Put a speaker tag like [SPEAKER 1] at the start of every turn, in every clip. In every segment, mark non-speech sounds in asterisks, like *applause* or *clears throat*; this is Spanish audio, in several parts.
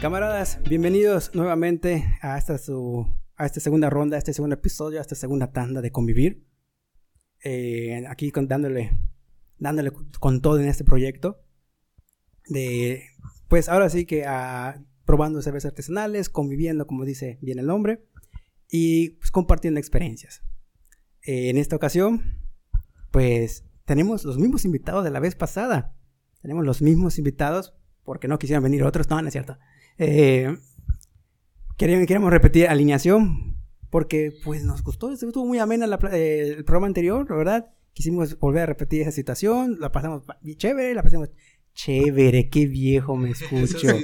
[SPEAKER 1] Camaradas, bienvenidos nuevamente a esta, su, a esta segunda ronda, a este segundo episodio, a esta segunda tanda de convivir. Eh, aquí con- dándole, dándole con todo en este proyecto. De, pues ahora sí que ah, probando cervezas artesanales, conviviendo, como dice bien el nombre, y pues, compartiendo experiencias. Eh, en esta ocasión, pues tenemos los mismos invitados de la vez pasada. Tenemos los mismos invitados porque no quisieron venir otros, no, no es cierto. Eh, queríamos, queríamos repetir alineación porque pues nos gustó, estuvo muy amena la pla- eh, el programa anterior, la ¿verdad? Quisimos volver a repetir esa situación, la pasamos pa- bien chévere, la pasamos chévere, qué viejo me escucho.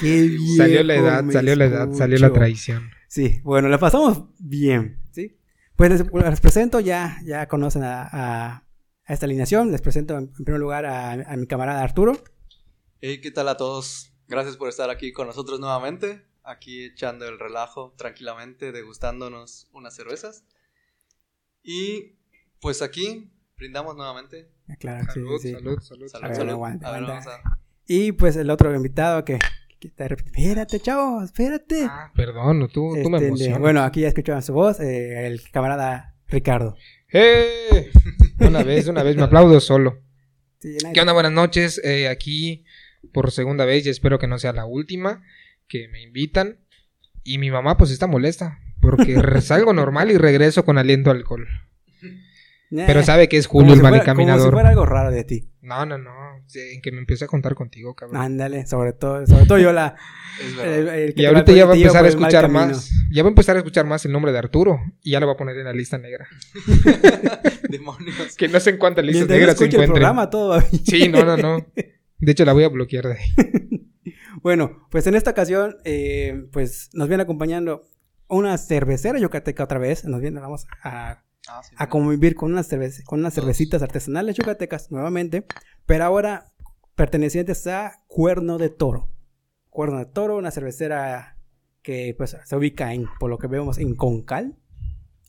[SPEAKER 1] Qué viejo
[SPEAKER 2] Salió la edad,
[SPEAKER 1] me
[SPEAKER 2] salió la edad, salió la
[SPEAKER 1] escucho.
[SPEAKER 2] traición.
[SPEAKER 1] Sí, bueno, la pasamos bien, ¿sí? Pues les, les presento, ya, ya conocen a, a- a esta alineación. Les presento en, en primer lugar a, a mi camarada Arturo.
[SPEAKER 3] Hey, ¿qué tal a todos? Gracias por estar aquí con nosotros nuevamente, aquí echando el relajo tranquilamente, degustándonos unas cervezas. Y pues aquí brindamos nuevamente.
[SPEAKER 1] Ah, Claro, sí,
[SPEAKER 2] Salud,
[SPEAKER 1] sí.
[SPEAKER 2] salud, salud.
[SPEAKER 3] Salud,
[SPEAKER 1] A ver,
[SPEAKER 3] salud.
[SPEAKER 1] aguanta,
[SPEAKER 3] A ver,
[SPEAKER 1] aguanta.
[SPEAKER 3] vamos
[SPEAKER 1] *laughs*
[SPEAKER 3] a-
[SPEAKER 1] Y pues el otro invitado que, que está repitiendo. Espérate, chavo, espérate.
[SPEAKER 2] Ah, perdón, tú, tú me
[SPEAKER 1] Este,
[SPEAKER 2] emocionas.
[SPEAKER 1] bueno, aquí ya escuchaban su voz, eh, el camarada Ricardo.
[SPEAKER 2] ¡Eh! Una vez, una vez, me aplaudo solo.
[SPEAKER 1] Sí, nadie-
[SPEAKER 2] ¿Qué onda? Buenas noches. eh, aquí por segunda vez y espero que no sea la última que me invitan. Y mi mamá pues está molesta
[SPEAKER 1] *laughs*
[SPEAKER 2] porque re- salgo normal y regreso con aliento a alcohol.
[SPEAKER 1] Nah,
[SPEAKER 2] Pero sabe que es
[SPEAKER 1] Eh, como
[SPEAKER 2] Julio
[SPEAKER 1] si
[SPEAKER 2] el
[SPEAKER 1] fuera- Como si
[SPEAKER 2] manicaminador.
[SPEAKER 1] fuera algo raro de ti.
[SPEAKER 2] No, no, no. sí, En que me empiece a contar contigo, cabrón.
[SPEAKER 1] Ándale, sobre todo, sobre todo yo
[SPEAKER 2] *laughs*
[SPEAKER 1] la...
[SPEAKER 3] Es verdad.
[SPEAKER 1] el- el que
[SPEAKER 2] y
[SPEAKER 1] te
[SPEAKER 2] ahorita
[SPEAKER 1] va
[SPEAKER 2] ya va a
[SPEAKER 1] contigo
[SPEAKER 2] empezar a
[SPEAKER 1] por el mal
[SPEAKER 2] escuchar
[SPEAKER 1] camino.
[SPEAKER 2] más. Ya va a empezar a escuchar más el nombre de Arturo y ya lo va a poner en la lista negra.
[SPEAKER 3] *laughs* Demonios.
[SPEAKER 2] Que no sé en cuánta lista
[SPEAKER 1] Mientras no
[SPEAKER 2] negra se
[SPEAKER 1] escuche el
[SPEAKER 2] encuentre.
[SPEAKER 1] programa, todo va bien.
[SPEAKER 2] Sí, no, no, no. De hecho, la voy a bloquear de ahí.
[SPEAKER 1] Bueno, pues en esta ocasión, eh, pues nos viene acompañando una cervecera yucateca otra vez. Nos viene, vamos a,
[SPEAKER 3] Ah, sí,
[SPEAKER 1] a convivir con unas, cervece- con unas cervecitas artesanales yucatecas nuevamente, pero ahora pertenecientes a Cuerno de Toro. Cuerno de Toro, una cervecera que pues se ubica en, por lo que vemos, en Concal,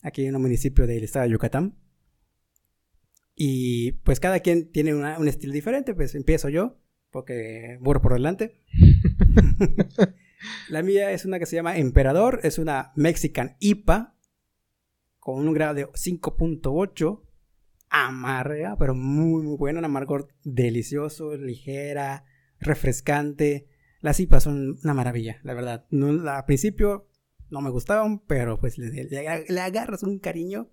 [SPEAKER 1] aquí en un municipio del estado de Yucatán. Y pues cada quien tiene una- un estilo diferente, pues empiezo yo, porque burro por delante. La mía es una que se llama Emperador, es una Mexican IPA con un grado de 5.8, amarga, pero muy muy buena, un amargor delicioso, ligera, refrescante. Las IPAs son una maravilla, la verdad. No, la- al principio no me gustaban, pero pues le, le- le agarras un cariño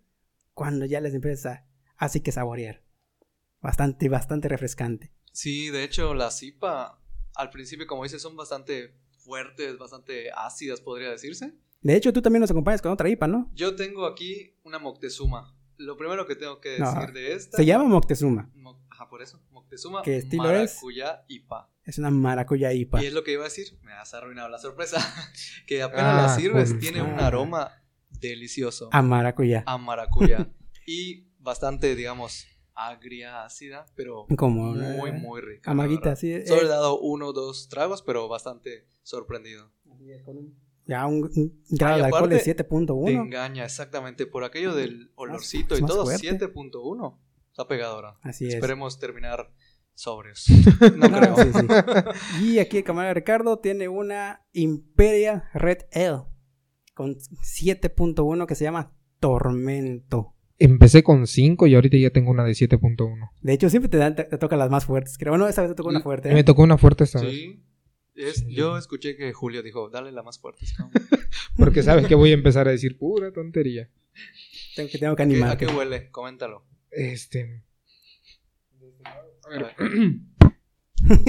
[SPEAKER 1] cuando ya les empieza así que saborear. Bastante, bastante refrescante.
[SPEAKER 3] Sí, de hecho, la cipa, al principio, como dices, son bastante fuertes, bastante ácidas, podría decirse.
[SPEAKER 1] De hecho, tú también nos acompañas con otra IPA, ¿no?
[SPEAKER 3] Yo tengo aquí una Moctezuma. Lo primero que tengo que
[SPEAKER 1] No,
[SPEAKER 3] decir de esta.
[SPEAKER 1] Se llama Moctezuma.
[SPEAKER 3] Mo- Ajá, por eso. Moctezuma,
[SPEAKER 1] ¿Qué estilo es?
[SPEAKER 3] maracuyá y pa.
[SPEAKER 1] Es una maracuya IPA.
[SPEAKER 3] Y es lo que iba a decir, me has arruinado la sorpresa. *laughs* que apenas la
[SPEAKER 2] Ah,
[SPEAKER 3] sirves,
[SPEAKER 2] por
[SPEAKER 3] tiene un
[SPEAKER 1] favor.
[SPEAKER 3] aroma delicioso
[SPEAKER 1] A maracuya.
[SPEAKER 3] a maracuyá. y bastante, digamos, agria, ácida, pero
[SPEAKER 1] Como
[SPEAKER 3] muy,
[SPEAKER 1] eh,
[SPEAKER 3] muy rica. la
[SPEAKER 1] Amaguita,
[SPEAKER 3] verdad.
[SPEAKER 1] sí. eh,
[SPEAKER 3] Solo he dado uno o dos tragos, pero bastante sorprendido.
[SPEAKER 1] Ya un, un grado
[SPEAKER 3] Ah, y
[SPEAKER 1] de alcohol de
[SPEAKER 3] aparte, Te
[SPEAKER 1] 7.1
[SPEAKER 3] engaña, exactamente, por aquello del olorcito
[SPEAKER 1] es
[SPEAKER 3] y
[SPEAKER 1] más
[SPEAKER 3] todo,
[SPEAKER 1] fuerte.
[SPEAKER 3] 7.1. Está pegadora.
[SPEAKER 1] Así es.
[SPEAKER 3] Esperemos terminar
[SPEAKER 1] *laughs*
[SPEAKER 3] sobrios. No
[SPEAKER 1] No,
[SPEAKER 3] creo.
[SPEAKER 1] sí, sí. *laughs* Y aquí el camarada Ricardo tiene una Imperia Red L con 7.1 que se llama Tormento.
[SPEAKER 2] Empecé con 5 y ahorita ya tengo una de 7.1.
[SPEAKER 1] De hecho, siempre te, dan, te, te tocan las más fuertes. Creo, bueno, esta vez te tocó una fuerte. ¿eh?
[SPEAKER 2] Me tocó una fuerte esta vez.
[SPEAKER 3] Sí. Es-
[SPEAKER 2] Sí.
[SPEAKER 3] Yo escuché que Julio dijo, dale la más fuerte.
[SPEAKER 1] *laughs*
[SPEAKER 3] cabrón".
[SPEAKER 2] Porque sabes que voy a empezar a decir pura tontería.
[SPEAKER 1] Tengo que, tengo que
[SPEAKER 3] ¿Qué- ¿A
[SPEAKER 1] animar.
[SPEAKER 3] qué huele? Coméntalo.
[SPEAKER 2] Este. *clears throat*
[SPEAKER 3] A ver. *laughs*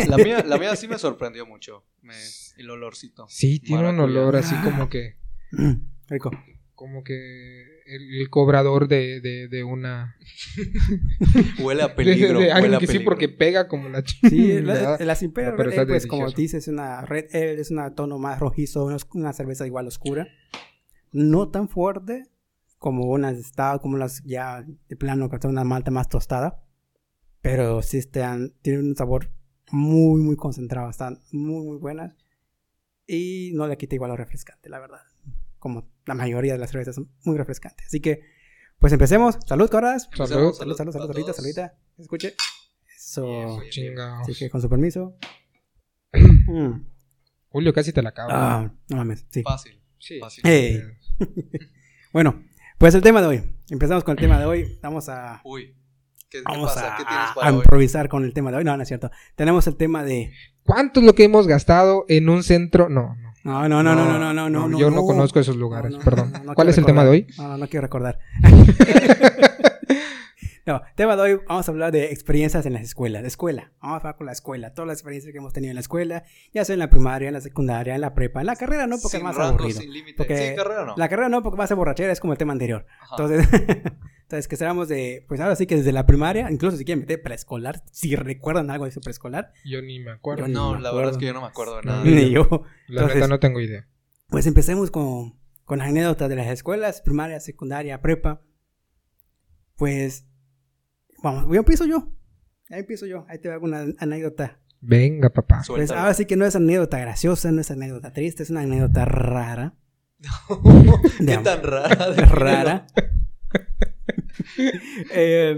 [SPEAKER 3] La mía, la mía sí me sorprendió mucho. Me- el olorcito.
[SPEAKER 2] Sí, tiene un
[SPEAKER 3] Maracuyá.
[SPEAKER 2] olor así como que.
[SPEAKER 1] Mm, Rico.
[SPEAKER 2] Como que. El, el cobrador de, de, de una.
[SPEAKER 3] *laughs*
[SPEAKER 1] *laughs*
[SPEAKER 3] Huele a
[SPEAKER 2] de- de-
[SPEAKER 3] peligro.
[SPEAKER 2] de alguien
[SPEAKER 3] huele a
[SPEAKER 2] que sí,
[SPEAKER 3] peligro.
[SPEAKER 2] porque pega como la *laughs*
[SPEAKER 1] Sí, la-
[SPEAKER 2] chingada.
[SPEAKER 1] las Imperia
[SPEAKER 2] Pero
[SPEAKER 1] Red
[SPEAKER 2] está
[SPEAKER 1] Ale, pues como
[SPEAKER 2] delicioso.
[SPEAKER 1] dices, es una Red Ale, es un tono más rojizo, una, os- una cerveza igual oscura. No tan fuerte como unas estado, como las ya de plano, que son una malta más tostada. Pero sí están, tienen un sabor muy, muy concentrado, están muy, muy buenas. Y no le quita igual lo refrescante, la verdad. Como la mayoría de las cervezas son muy refrescantes. Así que, pues empecemos. Salud, cabras.
[SPEAKER 2] Salud.
[SPEAKER 1] Salud, salud, salud,
[SPEAKER 3] a
[SPEAKER 1] saludita,
[SPEAKER 3] todos.
[SPEAKER 1] saludita. Escuche. Eso.
[SPEAKER 2] Chingados.
[SPEAKER 1] Así que con su permiso. Mm.
[SPEAKER 2] Julio, casi te la acabo. Eh,
[SPEAKER 1] Ah, no mames, sí.
[SPEAKER 3] Fácil.
[SPEAKER 2] sí.
[SPEAKER 3] fácil.
[SPEAKER 1] Ey. Bueno, pues el tema de hoy. Empezamos con el tema de hoy. Vamos a,
[SPEAKER 3] Uy. ¿Qué, qué
[SPEAKER 1] vamos a,
[SPEAKER 3] pasa? ¿Qué tienes
[SPEAKER 1] a
[SPEAKER 3] para hoy?
[SPEAKER 1] improvisar con el tema de hoy. No, no es cierto. Tenemos el tema de...
[SPEAKER 2] ¿Cuánto es lo que hemos gastado en un centro? No, no.
[SPEAKER 1] No, no, no, no, no, no, no. no,
[SPEAKER 2] Yo no, conozco esos lugares,
[SPEAKER 1] No, no,
[SPEAKER 2] perdón.
[SPEAKER 1] no, no
[SPEAKER 2] ¿Cuál
[SPEAKER 1] quiero
[SPEAKER 2] es el tema de hoy?
[SPEAKER 1] recordar. No, no, no quiero recordar. *laughs* no, tema de hoy vamos a hablar de experiencias en las escuelas. De escuela. Vamos a hablar con la escuela. Todas las experiencias que hemos tenido en la escuela, ya sea en la primaria, en la secundaria, en la prepa, en la carrera, no, porque
[SPEAKER 3] sin
[SPEAKER 1] es más
[SPEAKER 3] rango,
[SPEAKER 1] aburrido.
[SPEAKER 3] sin límite.
[SPEAKER 1] Porque
[SPEAKER 3] Sí, carrera no. Ah.
[SPEAKER 1] La carrera no, porque más a borrachera, es como el tema anterior.
[SPEAKER 3] Ajá.
[SPEAKER 1] Entonces, *laughs* entonces que seamos de, pues ahora sí que desde la primaria, incluso si quieren meter preescolar, si recuerdan algo de su preescolar,
[SPEAKER 2] Yo ni me acuerdo.
[SPEAKER 1] Yo ni
[SPEAKER 3] no,
[SPEAKER 1] me
[SPEAKER 3] la
[SPEAKER 1] acuerdo.
[SPEAKER 3] verdad es que yo no me acuerdo de
[SPEAKER 2] No,
[SPEAKER 3] nada.
[SPEAKER 2] ni
[SPEAKER 1] ni yo.
[SPEAKER 2] La
[SPEAKER 1] Entonces-
[SPEAKER 2] neta no tengo idea.
[SPEAKER 1] Pues empecemos con, con las anécdotas de las escuelas, primaria, secundaria, prepa. Pues, vamos, yo empiezo yo. Ahí empiezo yo. Ahí te hago una anécdota.
[SPEAKER 2] Venga, papá.
[SPEAKER 1] Pues
[SPEAKER 3] Suéltalo.
[SPEAKER 1] ahora
[SPEAKER 3] *laughs*
[SPEAKER 1] sí que no es anécdota graciosa, no es anécdota triste, es una anécdota rara.
[SPEAKER 3] ¿Qué
[SPEAKER 1] De-
[SPEAKER 3] tan rara?
[SPEAKER 1] *laughs*
[SPEAKER 2] *laughs*
[SPEAKER 1] rara. *laughs* Eh,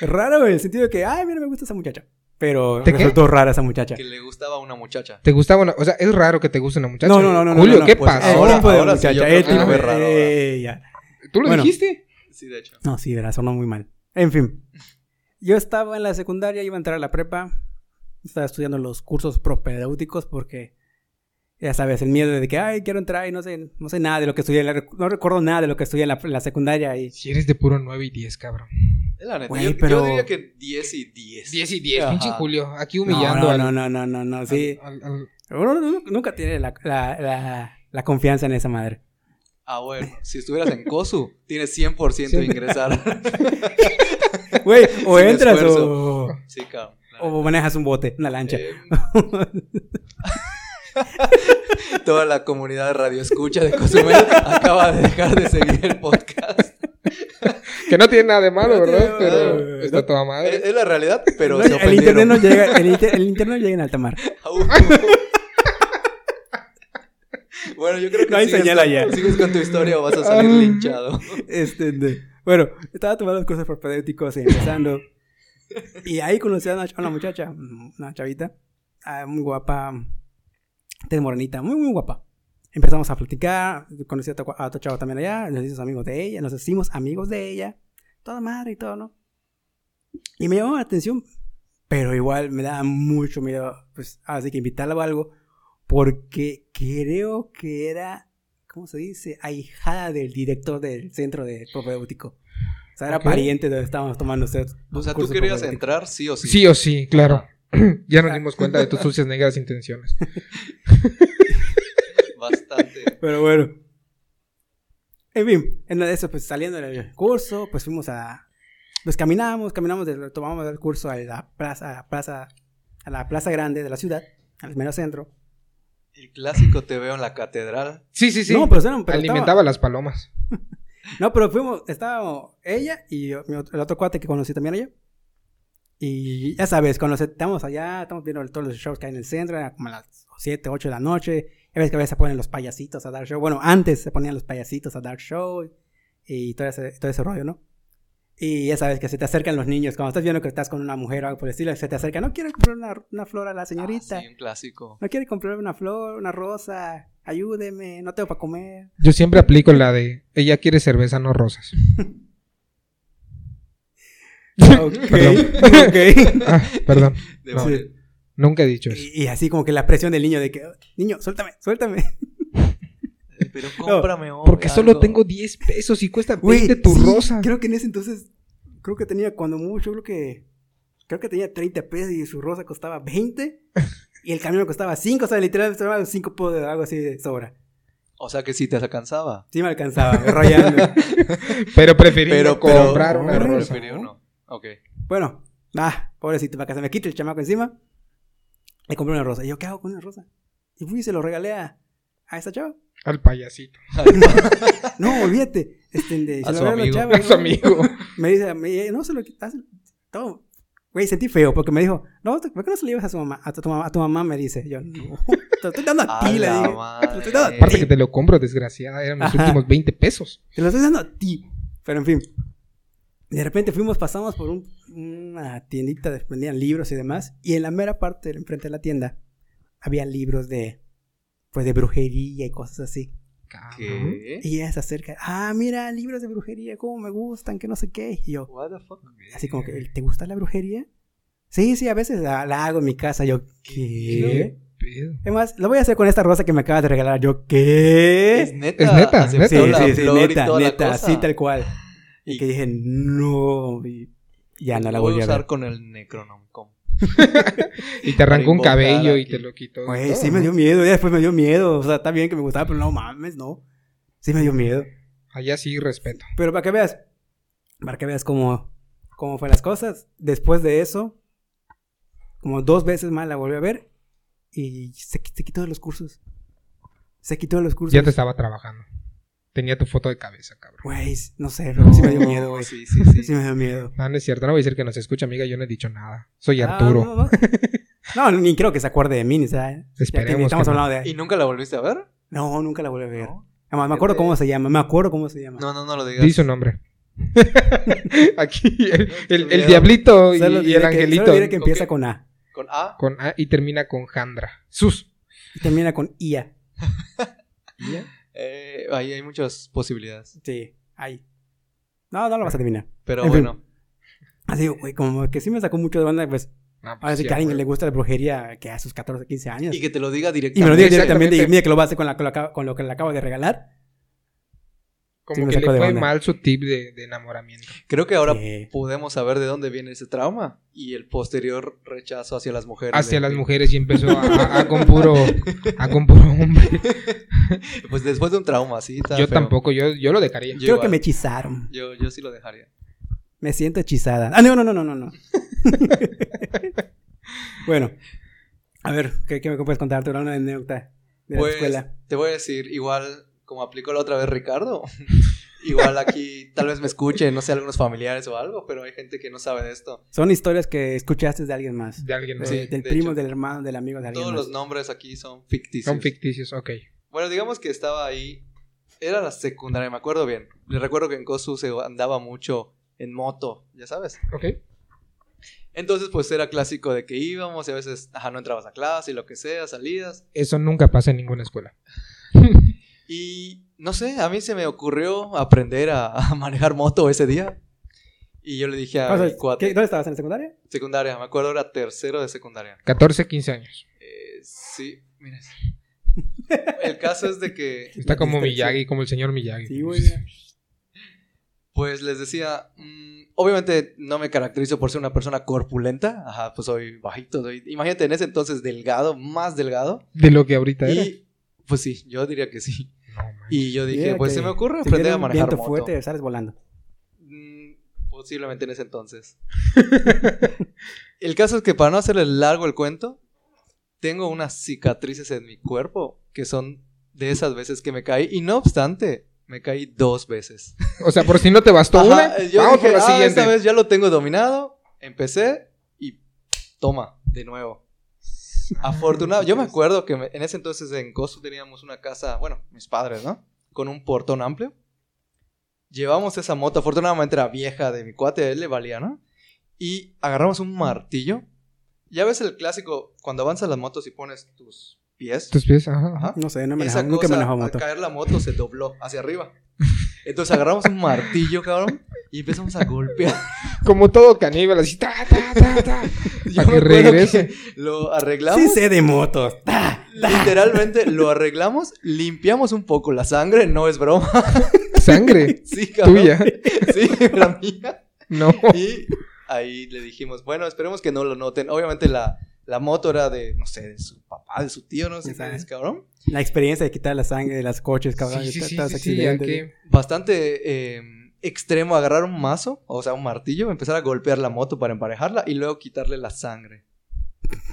[SPEAKER 1] raro en el sentido de que, ay, mira, me gusta esa muchacha. Pero
[SPEAKER 2] ¿De qué?
[SPEAKER 1] resultó rara esa muchacha.
[SPEAKER 3] Que le gustaba a una muchacha.
[SPEAKER 2] ¿Te gustaba una.? O sea, es raro que te guste una muchacha.
[SPEAKER 1] No, no, no, no. no,
[SPEAKER 2] Julio,
[SPEAKER 1] no,
[SPEAKER 2] ¿qué
[SPEAKER 1] pues,
[SPEAKER 2] pasa?
[SPEAKER 1] el
[SPEAKER 3] ahora-
[SPEAKER 1] tipo de
[SPEAKER 3] ahora sí, yo
[SPEAKER 1] muchacha,
[SPEAKER 3] creo
[SPEAKER 1] el
[SPEAKER 2] que
[SPEAKER 1] tipo
[SPEAKER 2] fue
[SPEAKER 1] de-
[SPEAKER 3] raro ahora.
[SPEAKER 1] ella.
[SPEAKER 2] ¿Tú lo
[SPEAKER 1] Bueno.
[SPEAKER 2] dijiste?
[SPEAKER 3] Sí, de hecho.
[SPEAKER 1] No, sí, verás, sonó muy mal. En fin, yo estaba en la secundaria, iba a entrar a la prepa, estaba estudiando los cursos propedéuticos porque, ya sabes, el miedo de que, ay, quiero entrar y no sé, no sé nada de lo que estudié, en la- no recuerdo nada de lo que estudié en la, en la secundaria y...
[SPEAKER 2] Si eres de puro 9 y 10, cabrón.
[SPEAKER 3] La neta,
[SPEAKER 1] Güey,
[SPEAKER 3] yo, yo
[SPEAKER 1] pero-
[SPEAKER 3] diría que 10 y 10.
[SPEAKER 2] 10 y 10,
[SPEAKER 3] Ajá.
[SPEAKER 2] pinche Julio. Aquí
[SPEAKER 1] No,
[SPEAKER 2] humillando
[SPEAKER 1] no,
[SPEAKER 2] al-
[SPEAKER 1] no, no, no, no, no, sí.
[SPEAKER 2] al- al-
[SPEAKER 1] Uno nu- nunca tiene la, la- la- la confianza en esa madre.
[SPEAKER 3] Ah, bueno. Si estuvieras en COSU, *laughs* tienes 100%
[SPEAKER 1] *laughs*
[SPEAKER 3] de ingresar.
[SPEAKER 1] Güey, o
[SPEAKER 3] Sin
[SPEAKER 1] entras
[SPEAKER 3] esfuerzo.
[SPEAKER 1] o,
[SPEAKER 3] sí, cabrón. la neta.
[SPEAKER 1] o manejas un bote, una lancha.
[SPEAKER 3] Eh, *laughs* Toda la comunidad de radio escucha de Cozumel acaba de dejar de seguir el podcast.
[SPEAKER 2] Que no tiene nada de malo,
[SPEAKER 1] No tiene
[SPEAKER 2] ¿verdad?
[SPEAKER 1] nada de malo, Eh,
[SPEAKER 2] Pero
[SPEAKER 1] güey.
[SPEAKER 2] está toda madre.
[SPEAKER 3] Es, es la realidad, pero
[SPEAKER 1] No,
[SPEAKER 3] se
[SPEAKER 1] el internet
[SPEAKER 3] ofendieron.
[SPEAKER 1] no llega, el, inter- el internet no llega en alta
[SPEAKER 3] *laughs*
[SPEAKER 1] mar.
[SPEAKER 3] bueno, yo creo que
[SPEAKER 1] No hay
[SPEAKER 3] sigues
[SPEAKER 1] señal
[SPEAKER 3] con-
[SPEAKER 1] allá.
[SPEAKER 3] sigues con tu historia o vas a salir
[SPEAKER 2] Ah.
[SPEAKER 3] linchado.
[SPEAKER 1] Este, de- bueno, estaba tomando los cursos propedéuticos y empezando. y ahí conocí a una, a una muchacha, mm, una chavita, ah, muy guapa, de morenita, muy, muy guapa. Empezamos a platicar, conocí a otra, a otra chava también allá, nos hicimos amigos de ella, nos hicimos amigos de ella, toda madre y todo, ¿no? Y me llamó la atención, pero igual me daba mucho miedo, pues, así que invitarla a algo, porque creo que era ¿cómo se dice? Ahijada del director del centro de propedéutico. O sea, era
[SPEAKER 2] Ok.
[SPEAKER 1] pariente de donde estábamos tomando ustedes.
[SPEAKER 3] O
[SPEAKER 1] los
[SPEAKER 3] sea, tú
[SPEAKER 1] cursos
[SPEAKER 3] querías
[SPEAKER 1] propedéuticos.
[SPEAKER 3] entrar sí o sí.
[SPEAKER 2] Sí o sí, claro. *clears throat* ya nos
[SPEAKER 1] Ah.
[SPEAKER 2] dimos cuenta de tus sucias negras intenciones.
[SPEAKER 3] Bastante.
[SPEAKER 1] Pero bueno. En fin, en una de esas, pues saliendo del curso, pues fuimos a. Pues caminamos, caminamos, desde- tomamos el curso a la plaza, a la plaza, a la plaza grande de la ciudad, al mero centro.
[SPEAKER 3] El clásico te veo en la catedral.
[SPEAKER 2] Sí, sí, sí.
[SPEAKER 1] No, pero, pero, pero
[SPEAKER 2] Alimentaba
[SPEAKER 1] estaba-
[SPEAKER 2] las palomas.
[SPEAKER 1] No, pero fuimos, estábamos ella y yo- mi otro- el otro cuate que conocí también allá. Y ya sabes, cuando nos estamos allá, estamos viendo todos los shows que hay en el centro, era como a las 7, 8 de la noche. Ya ves que a veces se ponen los payasitos a dar show. Bueno, antes se ponían los payasitos a dar show y todo ese, todo ese rollo, ¿no? Y ya sabes que se te acercan los niños. Cuando estás viendo que estás con una mujer o algo por el estilo, se te acerca. No quiero comprar una, una flor a la señorita.
[SPEAKER 3] Ah, sí, un clásico.
[SPEAKER 1] No quiero comprar una flor, una rosa. Ayúdeme, no tengo para comer.
[SPEAKER 2] Yo siempre aplico la de ella quiere cerveza, no rosas.
[SPEAKER 1] *laughs* Ok, *laughs* ok.
[SPEAKER 2] Ah, perdón.
[SPEAKER 3] De
[SPEAKER 2] No.
[SPEAKER 3] morir.
[SPEAKER 2] Nunca he dicho eso.
[SPEAKER 1] Y, y así como que la presión del niño de que, niño, suéltame, suéltame.
[SPEAKER 3] Eh, Pero cómprame hoy
[SPEAKER 2] Porque solo
[SPEAKER 3] algo.
[SPEAKER 2] tengo 10 pesos y cuesta
[SPEAKER 1] Güey, *laughs*
[SPEAKER 2] 20 tu
[SPEAKER 1] sí,
[SPEAKER 2] rosa.
[SPEAKER 1] Creo que en ese entonces, creo que tenía cuando mucho, creo que, creo que tenía 30 pesos y su rosa costaba
[SPEAKER 2] *laughs*
[SPEAKER 1] 20. y el camión costaba 5, o sea, literalmente sobraban 5 podos de algo así de sobra.
[SPEAKER 3] O sea que sí te alcanzaba.
[SPEAKER 1] Sí me alcanzaba, me rayando.
[SPEAKER 2] *laughs* Pero preferí
[SPEAKER 3] Pero,
[SPEAKER 2] no
[SPEAKER 3] pero-
[SPEAKER 2] comprar
[SPEAKER 1] no,
[SPEAKER 2] una
[SPEAKER 1] pero-
[SPEAKER 2] rosa.
[SPEAKER 3] prefirió no. Ok.
[SPEAKER 1] Bueno, ah, pobrecito, para que se me quite el chamaco encima. Le compré una rosa. Y yo, ¿qué hago con una rosa? Y fui y se lo regalé a, a esta chava. *laughs*
[SPEAKER 2] Al payasito.
[SPEAKER 1] No, olvídate. Este, de, se
[SPEAKER 3] A
[SPEAKER 1] lo
[SPEAKER 3] su
[SPEAKER 1] regalé
[SPEAKER 3] amigo.
[SPEAKER 1] chava,
[SPEAKER 2] *laughs* A su
[SPEAKER 1] ¿no?
[SPEAKER 2] amigo.
[SPEAKER 1] Me dice, me dice, no se lo quitas. Todo. Güey, sentí feo porque me dijo, no, te- ¿por qué no se lo llevas a su mamá? A tu, a tu mamá, a tu mamá me dice. Yo, no, *laughs* te lo estoy dando a
[SPEAKER 3] A
[SPEAKER 1] ti, le
[SPEAKER 3] la
[SPEAKER 1] dije.
[SPEAKER 3] madre.
[SPEAKER 1] Estoy dando-
[SPEAKER 2] Aparte que te lo compro, desgraciada. Eran los
[SPEAKER 1] Ajá.
[SPEAKER 2] últimos 20 pesos.
[SPEAKER 1] Te lo estoy dando a ti. Pero en fin. De repente fuimos, pasamos por un- una tiendita, donde vendían libros y demás. Y en la mera parte, del enfrente de la tienda, había libros de, pues, de brujería y cosas así.
[SPEAKER 2] Cabrón.
[SPEAKER 3] ¿Qué?
[SPEAKER 1] Y ella se acerca, ah, mira, libros de brujería, cómo me gustan, que no sé qué. Y yo,
[SPEAKER 3] What the fuck?
[SPEAKER 1] así como que, ¿te gusta la brujería? Sí, sí, a veces la, la hago en mi casa. Yo, ¿qué?
[SPEAKER 2] ¿Qué pedo?
[SPEAKER 1] Es más, lo voy a hacer con esta rosa que me acabas de regalar. Yo, ¿qué?
[SPEAKER 3] Es neta.
[SPEAKER 2] Es neta,
[SPEAKER 3] aceptó
[SPEAKER 2] neta.
[SPEAKER 1] Sí,
[SPEAKER 3] la
[SPEAKER 1] sí, sí,
[SPEAKER 3] flor y
[SPEAKER 1] neta,
[SPEAKER 3] toda la
[SPEAKER 1] neta,
[SPEAKER 3] cosa.
[SPEAKER 1] así tal cual. Y
[SPEAKER 3] Y-
[SPEAKER 1] que dije, no, y ya no la
[SPEAKER 3] voy
[SPEAKER 1] volví
[SPEAKER 3] a
[SPEAKER 1] a
[SPEAKER 3] usar
[SPEAKER 1] ver.
[SPEAKER 3] con el Necronomicon.
[SPEAKER 2] Y te arrancó un
[SPEAKER 3] Para invocar
[SPEAKER 2] cabello y
[SPEAKER 3] aquí.
[SPEAKER 2] te lo quitó. y
[SPEAKER 1] Güey,
[SPEAKER 2] todo,
[SPEAKER 1] sí me
[SPEAKER 2] ¿no?
[SPEAKER 1] dio miedo, ya después me dio miedo. O sea, está bien que me gustaba, pero no mames, no. Sí me dio miedo.
[SPEAKER 2] Allá sí, respeto.
[SPEAKER 1] Pero para que veas, para que veas cómo, cómo fueron las cosas. Después de eso, como dos veces más la volví a ver y se, qui- se quitó de los cursos. Se quitó de los cursos.
[SPEAKER 2] Ya te estaba trabajando. Tenía tu foto de cabeza, cabrón.
[SPEAKER 1] Pues Güey, no sé, pero sí me dio
[SPEAKER 3] No,
[SPEAKER 1] miedo, güey.
[SPEAKER 3] Sí, sí, sí.
[SPEAKER 1] Sí me dio
[SPEAKER 2] *laughs*
[SPEAKER 1] miedo.
[SPEAKER 2] Ah, No, no es cierto. No voy a decir que nos escucha, amiga. Yo no he dicho nada. Soy
[SPEAKER 1] Ah,
[SPEAKER 2] Arturo.
[SPEAKER 1] no, no. No, ni creo que se acuerde de mí, ni sea. ya que
[SPEAKER 2] Esperemos que
[SPEAKER 1] estamos
[SPEAKER 2] no.
[SPEAKER 1] hablando de.
[SPEAKER 3] ¿Y nunca la volviste a ver?
[SPEAKER 1] No, nunca la vuelvo a ver.
[SPEAKER 3] No.
[SPEAKER 1] Además, me acuerdo cómo se llama, me acuerdo cómo se llama.
[SPEAKER 3] No, no, no lo digas.
[SPEAKER 2] Di su nombre. *laughs* Aquí, el, el- el
[SPEAKER 3] Miedo.
[SPEAKER 2] diablito y,
[SPEAKER 1] Solo
[SPEAKER 2] y
[SPEAKER 1] diré
[SPEAKER 2] el
[SPEAKER 1] que-
[SPEAKER 2] angelito.
[SPEAKER 1] solo diré que empieza
[SPEAKER 3] Ok.
[SPEAKER 1] con A
[SPEAKER 3] Con A.
[SPEAKER 2] Con A y termina con Jandra. Sus.
[SPEAKER 1] y termina con IA.
[SPEAKER 3] Eh, ahí hay muchas posibilidades.
[SPEAKER 1] Sí, ahí. No, no lo vas a terminar.
[SPEAKER 3] Pero
[SPEAKER 1] En fin.
[SPEAKER 3] bueno.
[SPEAKER 1] Así, güey, como que sí me sacó mucho de banda, pues.
[SPEAKER 2] No, pues
[SPEAKER 1] Ahora sí
[SPEAKER 2] sí,
[SPEAKER 1] que a alguien
[SPEAKER 2] güey.
[SPEAKER 1] le gusta la brujería que a sus 14, 15 años.
[SPEAKER 3] Y
[SPEAKER 1] Y,
[SPEAKER 3] que te lo diga
[SPEAKER 1] me lo diga
[SPEAKER 3] directamente.
[SPEAKER 2] Exactamente.
[SPEAKER 1] directamente y mira que lo va a hacer con, la- con, la- con lo que le acabo de regalar. Sí,
[SPEAKER 2] Como
[SPEAKER 1] me
[SPEAKER 2] que le
[SPEAKER 1] sacó de
[SPEAKER 2] fue
[SPEAKER 1] onda.
[SPEAKER 2] mal su tip de, de enamoramiento.
[SPEAKER 3] Creo que ahora
[SPEAKER 1] Sí.
[SPEAKER 3] podemos saber de dónde viene ese trauma y el posterior rechazo hacia las mujeres.
[SPEAKER 2] Hacia
[SPEAKER 3] de-
[SPEAKER 2] las mujeres y empezó a, a- a *laughs* con puro, a con puro hombre.
[SPEAKER 3] Pues después de un trauma, sí. está
[SPEAKER 2] Yo
[SPEAKER 3] feo.
[SPEAKER 2] tampoco, yo, yo lo dejaría.
[SPEAKER 1] Creo que
[SPEAKER 3] igual.
[SPEAKER 1] me hechizaron.
[SPEAKER 3] Yo, yo sí lo dejaría.
[SPEAKER 1] Me siento hechizada. Ah, no, no, no, no, no. no.
[SPEAKER 3] *laughs*
[SPEAKER 1] bueno, a ver, ¿qué, qué me puedes contar? Arturo? una anécdota de
[SPEAKER 3] Pues,
[SPEAKER 1] la escuela.
[SPEAKER 3] Te voy a decir, igual, como aplicó la otra vez Ricardo, *laughs* igual aquí tal vez me escuchen, no sé, algunos familiares o algo, pero hay gente que no sabe de esto.
[SPEAKER 1] Son historias que escuchaste de alguien más.
[SPEAKER 2] De alguien.
[SPEAKER 1] De-
[SPEAKER 2] ¿no?
[SPEAKER 3] Sí,
[SPEAKER 1] del
[SPEAKER 3] de
[SPEAKER 1] primo,
[SPEAKER 3] hecho.
[SPEAKER 1] del hermano, del amigo de alguien
[SPEAKER 3] Todos
[SPEAKER 1] más.
[SPEAKER 3] los nombres aquí son ficticios.
[SPEAKER 2] Son ficticios, ok.
[SPEAKER 3] Bueno, digamos que estaba ahí. Era la secundaria, me acuerdo bien. Le recuerdo que en COSU se andaba mucho en moto, ya sabes.
[SPEAKER 2] Ok.
[SPEAKER 3] Entonces, pues era clásico de que íbamos y a veces, ajá, no entrabas a clase y lo que sea, salidas.
[SPEAKER 2] Eso nunca pasa en ninguna escuela.
[SPEAKER 3] Y no sé, a mí se me ocurrió aprender a, *laughs* a manejar moto ese día. Y yo le dije a
[SPEAKER 1] O sea,
[SPEAKER 3] mi cuate,
[SPEAKER 1] ¿qué- ¿Dónde estabas? ¿En la secundaria?
[SPEAKER 3] secundaria, me acuerdo era tercero de secundaria.
[SPEAKER 2] 14, 15 años.
[SPEAKER 3] Eh, sí,
[SPEAKER 1] *laughs*
[SPEAKER 3] mira. El caso es de que
[SPEAKER 2] Está
[SPEAKER 1] La
[SPEAKER 2] como
[SPEAKER 1] distracción.
[SPEAKER 2] Miyagi, como el señor Miyagi.
[SPEAKER 1] Sí, güey.
[SPEAKER 3] Pues les decía, mm, obviamente no me caracterizo por ser una persona corpulenta, ajá, pues soy bajito, soy- imagínate en ese entonces delgado, más delgado.
[SPEAKER 2] De lo que ahorita era.
[SPEAKER 3] Y pues sí, yo diría que sí.
[SPEAKER 2] No, man.
[SPEAKER 3] Y yo dije,
[SPEAKER 1] Mira
[SPEAKER 3] pues
[SPEAKER 1] que
[SPEAKER 3] se me ocurre
[SPEAKER 1] si
[SPEAKER 3] aprender
[SPEAKER 1] viene
[SPEAKER 3] a
[SPEAKER 1] un
[SPEAKER 3] manejar
[SPEAKER 1] viento
[SPEAKER 3] moto.
[SPEAKER 1] fuerte, sales volando.
[SPEAKER 3] Mm, posiblemente en ese entonces. *laughs* el caso es que para no hacerle largo el cuento, tengo unas cicatrices en mi cuerpo que son de esas veces que me caí y no obstante, me caí dos veces.
[SPEAKER 2] O sea, por si no te bastó
[SPEAKER 3] Ajá,
[SPEAKER 2] una,
[SPEAKER 3] eh, yo
[SPEAKER 2] vamos
[SPEAKER 3] dije,
[SPEAKER 2] por la
[SPEAKER 3] "Ah,
[SPEAKER 2] siguiente.
[SPEAKER 3] esta vez ya lo tengo dominado. Empecé y toma, de nuevo. Afortunado. Yo me acuerdo que me- en ese entonces en Costo teníamos una casa, bueno, mis padres, ¿no? Con un portón amplio. Llevamos esa moto, afortunadamente era vieja de mi cuate, a él le valía, ¿no? Y agarramos un martillo. Ya ves el clásico, cuando avanzas las motos y pones tus pies.
[SPEAKER 2] Tus pies, ajá.
[SPEAKER 3] Ajá.
[SPEAKER 1] No sé, no
[SPEAKER 3] Esa
[SPEAKER 1] manejaba, nunca
[SPEAKER 3] cosa,
[SPEAKER 1] manejaba
[SPEAKER 3] al
[SPEAKER 1] moto.
[SPEAKER 3] caer la moto se dobló
[SPEAKER 1] *laughs*
[SPEAKER 3] hacia arriba. Entonces agarramos un martillo, cabrón, y empezamos a golpear.
[SPEAKER 1] *laughs*
[SPEAKER 2] Como todo caníbal, así. Ta, ta, ta, ta.
[SPEAKER 3] Yo
[SPEAKER 2] que
[SPEAKER 3] me acuerdo
[SPEAKER 2] regrese.
[SPEAKER 3] que Lo
[SPEAKER 1] Sí
[SPEAKER 3] arreglamos.
[SPEAKER 1] sé de motos. *laughs*
[SPEAKER 3] Literalmente lo arreglamos, limpiamos un poco la sangre, no es broma. *laughs*
[SPEAKER 2] Sangre.
[SPEAKER 3] Sí, *laughs* cabrón.
[SPEAKER 2] Tuya.
[SPEAKER 3] Sí, era mía.
[SPEAKER 2] No.
[SPEAKER 3] Y ahí le dijimos, bueno, esperemos que no lo noten. Obviamente la, la moto era de, no sé, de su papá, de su tío, no sé
[SPEAKER 1] Ajá.
[SPEAKER 3] quién es, cabrón.
[SPEAKER 1] La experiencia de quitar la sangre de los coches, cabrón.
[SPEAKER 2] sí, sí,
[SPEAKER 1] de
[SPEAKER 2] sí,
[SPEAKER 1] tantos
[SPEAKER 2] sí, sí, ya
[SPEAKER 1] accidentes.
[SPEAKER 2] que-
[SPEAKER 3] Bastante eh, extremo agarrar un mazo, o sea, un martillo, empezar a golpear la moto para emparejarla y luego quitarle la sangre.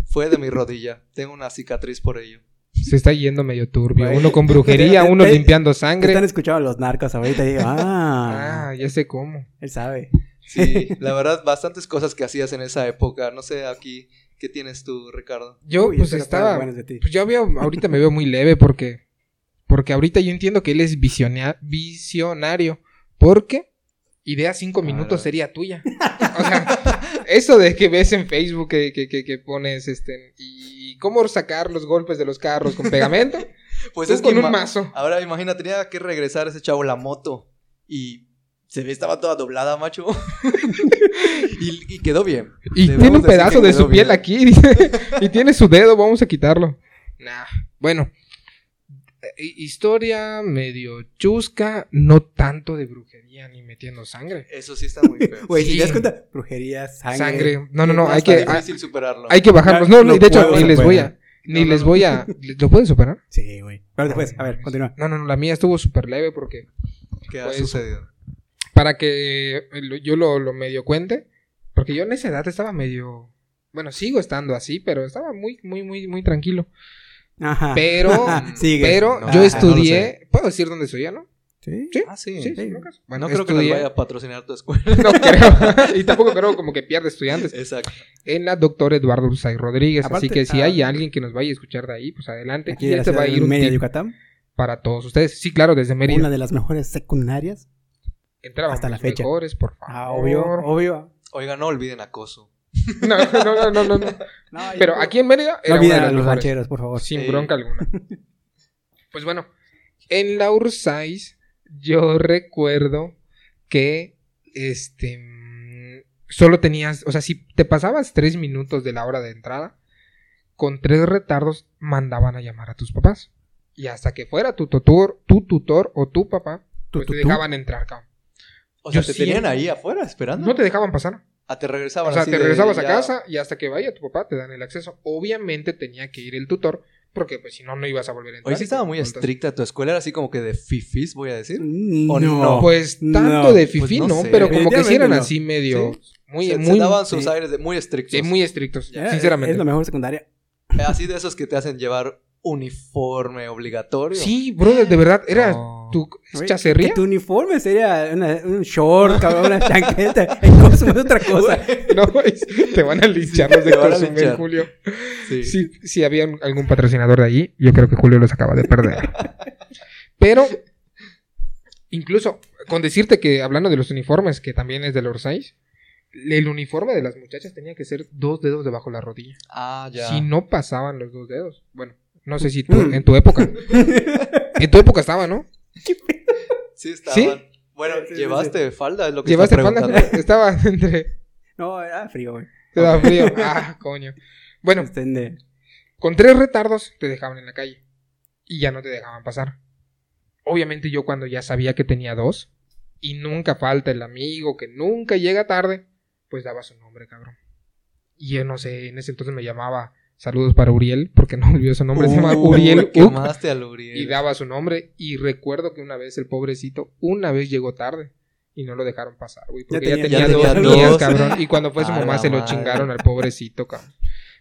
[SPEAKER 3] Fue de mi rodilla. Tengo una cicatriz por ello.
[SPEAKER 2] Se está yendo medio turbio.
[SPEAKER 1] Güey.
[SPEAKER 2] Uno con brujería,
[SPEAKER 1] Te- te-
[SPEAKER 2] uno
[SPEAKER 1] te-
[SPEAKER 2] limpiando
[SPEAKER 1] Que Están
[SPEAKER 2] sangre.
[SPEAKER 1] escuchando a los narcos ahorita
[SPEAKER 2] *laughs*
[SPEAKER 1] y digo, ah,
[SPEAKER 2] Ah, ya sé cómo.
[SPEAKER 1] él sabe.
[SPEAKER 3] Sí,
[SPEAKER 2] *laughs*
[SPEAKER 3] la verdad, bastantes cosas que hacías en esa época. No sé, aquí, ¿qué tienes tú, Ricardo?
[SPEAKER 2] Yo,
[SPEAKER 1] Uy,
[SPEAKER 2] pues
[SPEAKER 1] espero
[SPEAKER 2] estaba.
[SPEAKER 1] cosas buenas de ti.
[SPEAKER 2] Pues yo veo, ahorita me veo muy leve porque. Porque ahorita yo entiendo que él es visionia- visionario. Porque idea cinco
[SPEAKER 3] Claro.
[SPEAKER 2] minutos sería tuya. O sea, Eso de que ves en Facebook que, que, que, que pones este. ¿Y cómo sacar los golpes de los carros con pegamento?
[SPEAKER 3] Pues
[SPEAKER 2] Tú
[SPEAKER 3] es que
[SPEAKER 2] con un
[SPEAKER 3] ima-
[SPEAKER 2] mazo.
[SPEAKER 3] Ahora imagina, tenía que regresar ese chavo la moto. Y se ve, estaba toda doblada,
[SPEAKER 2] *laughs*
[SPEAKER 3] macho. y, y quedó bien.
[SPEAKER 2] Y
[SPEAKER 3] Debemos
[SPEAKER 2] tiene un
[SPEAKER 3] decir
[SPEAKER 2] pedazo
[SPEAKER 3] que
[SPEAKER 2] de
[SPEAKER 3] quedó
[SPEAKER 2] su piel
[SPEAKER 3] bien.
[SPEAKER 2] aquí. dice, y tiene su dedo, vamos a quitarlo. Nah, bueno. eh, Historia medio chusca, no tanto de brujería ni metiendo sangre.
[SPEAKER 3] Eso sí está muy
[SPEAKER 2] *laughs*
[SPEAKER 3] feo.
[SPEAKER 1] Güey, si
[SPEAKER 2] Sí.
[SPEAKER 1] te das cuenta, brujería, sangre.
[SPEAKER 2] Sangre. No, no, no,
[SPEAKER 3] Está
[SPEAKER 2] hay que, hay,
[SPEAKER 3] difícil superarlo.
[SPEAKER 2] hay que bajarlos. No, no,
[SPEAKER 1] No
[SPEAKER 2] y de hecho,
[SPEAKER 1] puedo,
[SPEAKER 2] ni
[SPEAKER 1] no
[SPEAKER 2] les
[SPEAKER 1] puedo.
[SPEAKER 2] voy a. Ni
[SPEAKER 3] No, no,
[SPEAKER 2] les
[SPEAKER 3] no.
[SPEAKER 2] voy a. ¿Lo pueden superar?
[SPEAKER 1] Sí, güey. Pero después, Pues, a ver, continúa.
[SPEAKER 2] No, no, no, la mía estuvo súper leve porque
[SPEAKER 3] ¿Qué ha
[SPEAKER 2] Pues-
[SPEAKER 3] sucedido?
[SPEAKER 2] para que eh, lo- yo lo, lo medio cuente, porque yo en esa edad estaba medio, bueno, sigo estando así, pero estaba muy, muy, muy, muy tranquilo.
[SPEAKER 1] Ajá.
[SPEAKER 2] Pero,
[SPEAKER 1] *laughs* Sigue.
[SPEAKER 2] pero
[SPEAKER 3] No,
[SPEAKER 1] Ajá,
[SPEAKER 2] yo
[SPEAKER 1] no
[SPEAKER 2] estudié, puedo decir dónde estudié, ¿no?
[SPEAKER 1] Sí.
[SPEAKER 2] Sí.
[SPEAKER 3] Ah, sí.
[SPEAKER 2] Sí,
[SPEAKER 1] sí.
[SPEAKER 2] no creo.
[SPEAKER 3] No
[SPEAKER 2] Bueno,
[SPEAKER 3] creo que les
[SPEAKER 2] estudié-
[SPEAKER 3] vaya
[SPEAKER 2] *laughs*
[SPEAKER 3] a patrocinar tu escuela.
[SPEAKER 2] No creo, y tampoco creo como que pierda estudiantes.
[SPEAKER 3] Exacto.
[SPEAKER 2] En la doctora Eduardo Usay Rodríguez, así
[SPEAKER 1] Aparte,
[SPEAKER 2] que si
[SPEAKER 1] ah,
[SPEAKER 2] hay alguien que nos vaya a escuchar de ahí, pues adelante.
[SPEAKER 1] Aquí
[SPEAKER 2] Y
[SPEAKER 1] de la
[SPEAKER 2] este va a
[SPEAKER 1] ciudad
[SPEAKER 2] ir un
[SPEAKER 1] media de
[SPEAKER 2] tip
[SPEAKER 1] Yucatán.
[SPEAKER 2] para todos ustedes. Sí, claro, desde Mérida.
[SPEAKER 1] Una de las mejores secundarias.
[SPEAKER 2] Entraban
[SPEAKER 1] hasta la
[SPEAKER 2] los
[SPEAKER 1] fecha.
[SPEAKER 2] mejores, por favor.
[SPEAKER 1] Ah, obvio, obvio.
[SPEAKER 3] Oiga, no olviden acoso.
[SPEAKER 2] *laughs* No, no, no, no, no, no.
[SPEAKER 1] No,
[SPEAKER 2] Pero aquí en Mérida
[SPEAKER 1] No
[SPEAKER 2] era una de
[SPEAKER 1] olviden a
[SPEAKER 2] las
[SPEAKER 1] los
[SPEAKER 2] mejores,
[SPEAKER 1] rancheros, por favor.
[SPEAKER 2] sin
[SPEAKER 3] Sí.
[SPEAKER 2] bronca alguna.
[SPEAKER 1] *laughs*
[SPEAKER 2] Pues bueno, en la Ursais yo recuerdo que este mm, solo tenías, o sea, si te pasabas tres minutos de la hora de entrada, con tres retardos mandaban a llamar a tus papás. Y hasta que fuera tu tutor, tu tutor o tu papá,
[SPEAKER 1] Tú,
[SPEAKER 2] pues
[SPEAKER 1] tú,
[SPEAKER 2] te
[SPEAKER 1] tú.
[SPEAKER 2] dejaban entrar, cabrón.
[SPEAKER 3] O sea,
[SPEAKER 2] Yo
[SPEAKER 3] te
[SPEAKER 2] siempre-
[SPEAKER 3] tenían ahí afuera esperando.
[SPEAKER 2] No te dejaban pasar.
[SPEAKER 3] Ah, te
[SPEAKER 2] O
[SPEAKER 3] regresaban
[SPEAKER 2] sea,
[SPEAKER 3] así
[SPEAKER 2] te
[SPEAKER 3] de-
[SPEAKER 2] regresabas a
[SPEAKER 3] ya-
[SPEAKER 2] casa y hasta que vaya tu papá te dan el acceso. Obviamente tenía que ir el tutor porque pues si no, no ibas a volver a entrar.
[SPEAKER 3] Oye, sí estaba muy
[SPEAKER 2] Entonces,
[SPEAKER 3] estricta tu escuela. Era así como que de fifis, voy a decir.
[SPEAKER 1] Mm,
[SPEAKER 3] O no.
[SPEAKER 1] No.
[SPEAKER 2] Pues tanto
[SPEAKER 1] No,
[SPEAKER 2] de
[SPEAKER 3] pues,
[SPEAKER 2] fifí,
[SPEAKER 3] no
[SPEAKER 2] no,
[SPEAKER 3] sé.
[SPEAKER 2] pero como que si eran
[SPEAKER 1] Definitivamente no.
[SPEAKER 2] así medio... Muy,
[SPEAKER 3] se, se
[SPEAKER 2] muy,
[SPEAKER 3] daban sus
[SPEAKER 1] sí.
[SPEAKER 3] aires de muy estrictos.
[SPEAKER 2] sí, muy estrictos,
[SPEAKER 1] Ya, es-
[SPEAKER 2] sinceramente.
[SPEAKER 1] Es la mejor secundaria.
[SPEAKER 3] Así de esos que te hacen llevar uniforme obligatorio. Ah,
[SPEAKER 2] Sí, brother, de verdad, era
[SPEAKER 3] No.
[SPEAKER 2] tu
[SPEAKER 1] Güey,
[SPEAKER 2] chacerría.
[SPEAKER 1] Que tu uniforme sería una- un short, cabrón, una *laughs* chanqueta. En Cosmo es otra cosa.
[SPEAKER 2] *laughs* No, güey, te van a linchar los de
[SPEAKER 3] Te van a
[SPEAKER 2] Cozumel,
[SPEAKER 3] linchar.
[SPEAKER 2] Julio.
[SPEAKER 3] Sí.
[SPEAKER 2] Si, si había un- algún patrocinador de allí, yo creo que Julio los acaba de
[SPEAKER 3] *laughs*
[SPEAKER 2] perder. Pero, incluso, con decirte que, hablando de los uniformes, que también es de los Orsay, el uniforme de las muchachas tenía que ser dos dedos debajo de la rodilla.
[SPEAKER 3] Ah, ya.
[SPEAKER 2] Si no pasaban los dos dedos. Bueno, no sé si tú-
[SPEAKER 1] Mm.
[SPEAKER 2] en
[SPEAKER 3] *laughs*
[SPEAKER 2] tu época. En tu época estaba, ¿no?
[SPEAKER 3] Sí, estaban.
[SPEAKER 2] ¿Sí?
[SPEAKER 3] Bueno,
[SPEAKER 1] Sí, sí,
[SPEAKER 3] llevaste falda, es lo que
[SPEAKER 2] Llevaste
[SPEAKER 3] estás
[SPEAKER 2] falda.
[SPEAKER 3] preguntando.
[SPEAKER 2] Estaba entre.
[SPEAKER 1] No, era frío, güey.
[SPEAKER 2] Te daba
[SPEAKER 3] *laughs*
[SPEAKER 2] frío. Ah, coño. Bueno,
[SPEAKER 1] Este, de-
[SPEAKER 2] Con tres retardos te dejaban en la calle y ya no te dejaban pasar. Obviamente yo cuando ya sabía que tenía dos y nunca falta el amigo que nunca llega tarde, pues daba su nombre, cabrón. Y yo no sé, en ese entonces me llamaba saludos para Uriel porque no olvidó su nombre, se llama
[SPEAKER 3] Uh,
[SPEAKER 2] Uriel Uc,
[SPEAKER 3] Quemaste al Uriel.
[SPEAKER 2] y daba su nombre y recuerdo que una vez el pobrecito una vez llegó tarde y no lo dejaron pasar, güey, porque ya
[SPEAKER 1] tenía-
[SPEAKER 2] tenía,
[SPEAKER 1] ya
[SPEAKER 2] dos
[SPEAKER 1] tenía
[SPEAKER 2] niñas,
[SPEAKER 3] dos.
[SPEAKER 2] cabrón, y cuando fue su
[SPEAKER 3] A la
[SPEAKER 2] mamá se lo
[SPEAKER 3] madre.
[SPEAKER 2] chingaron al pobrecito, cabrón.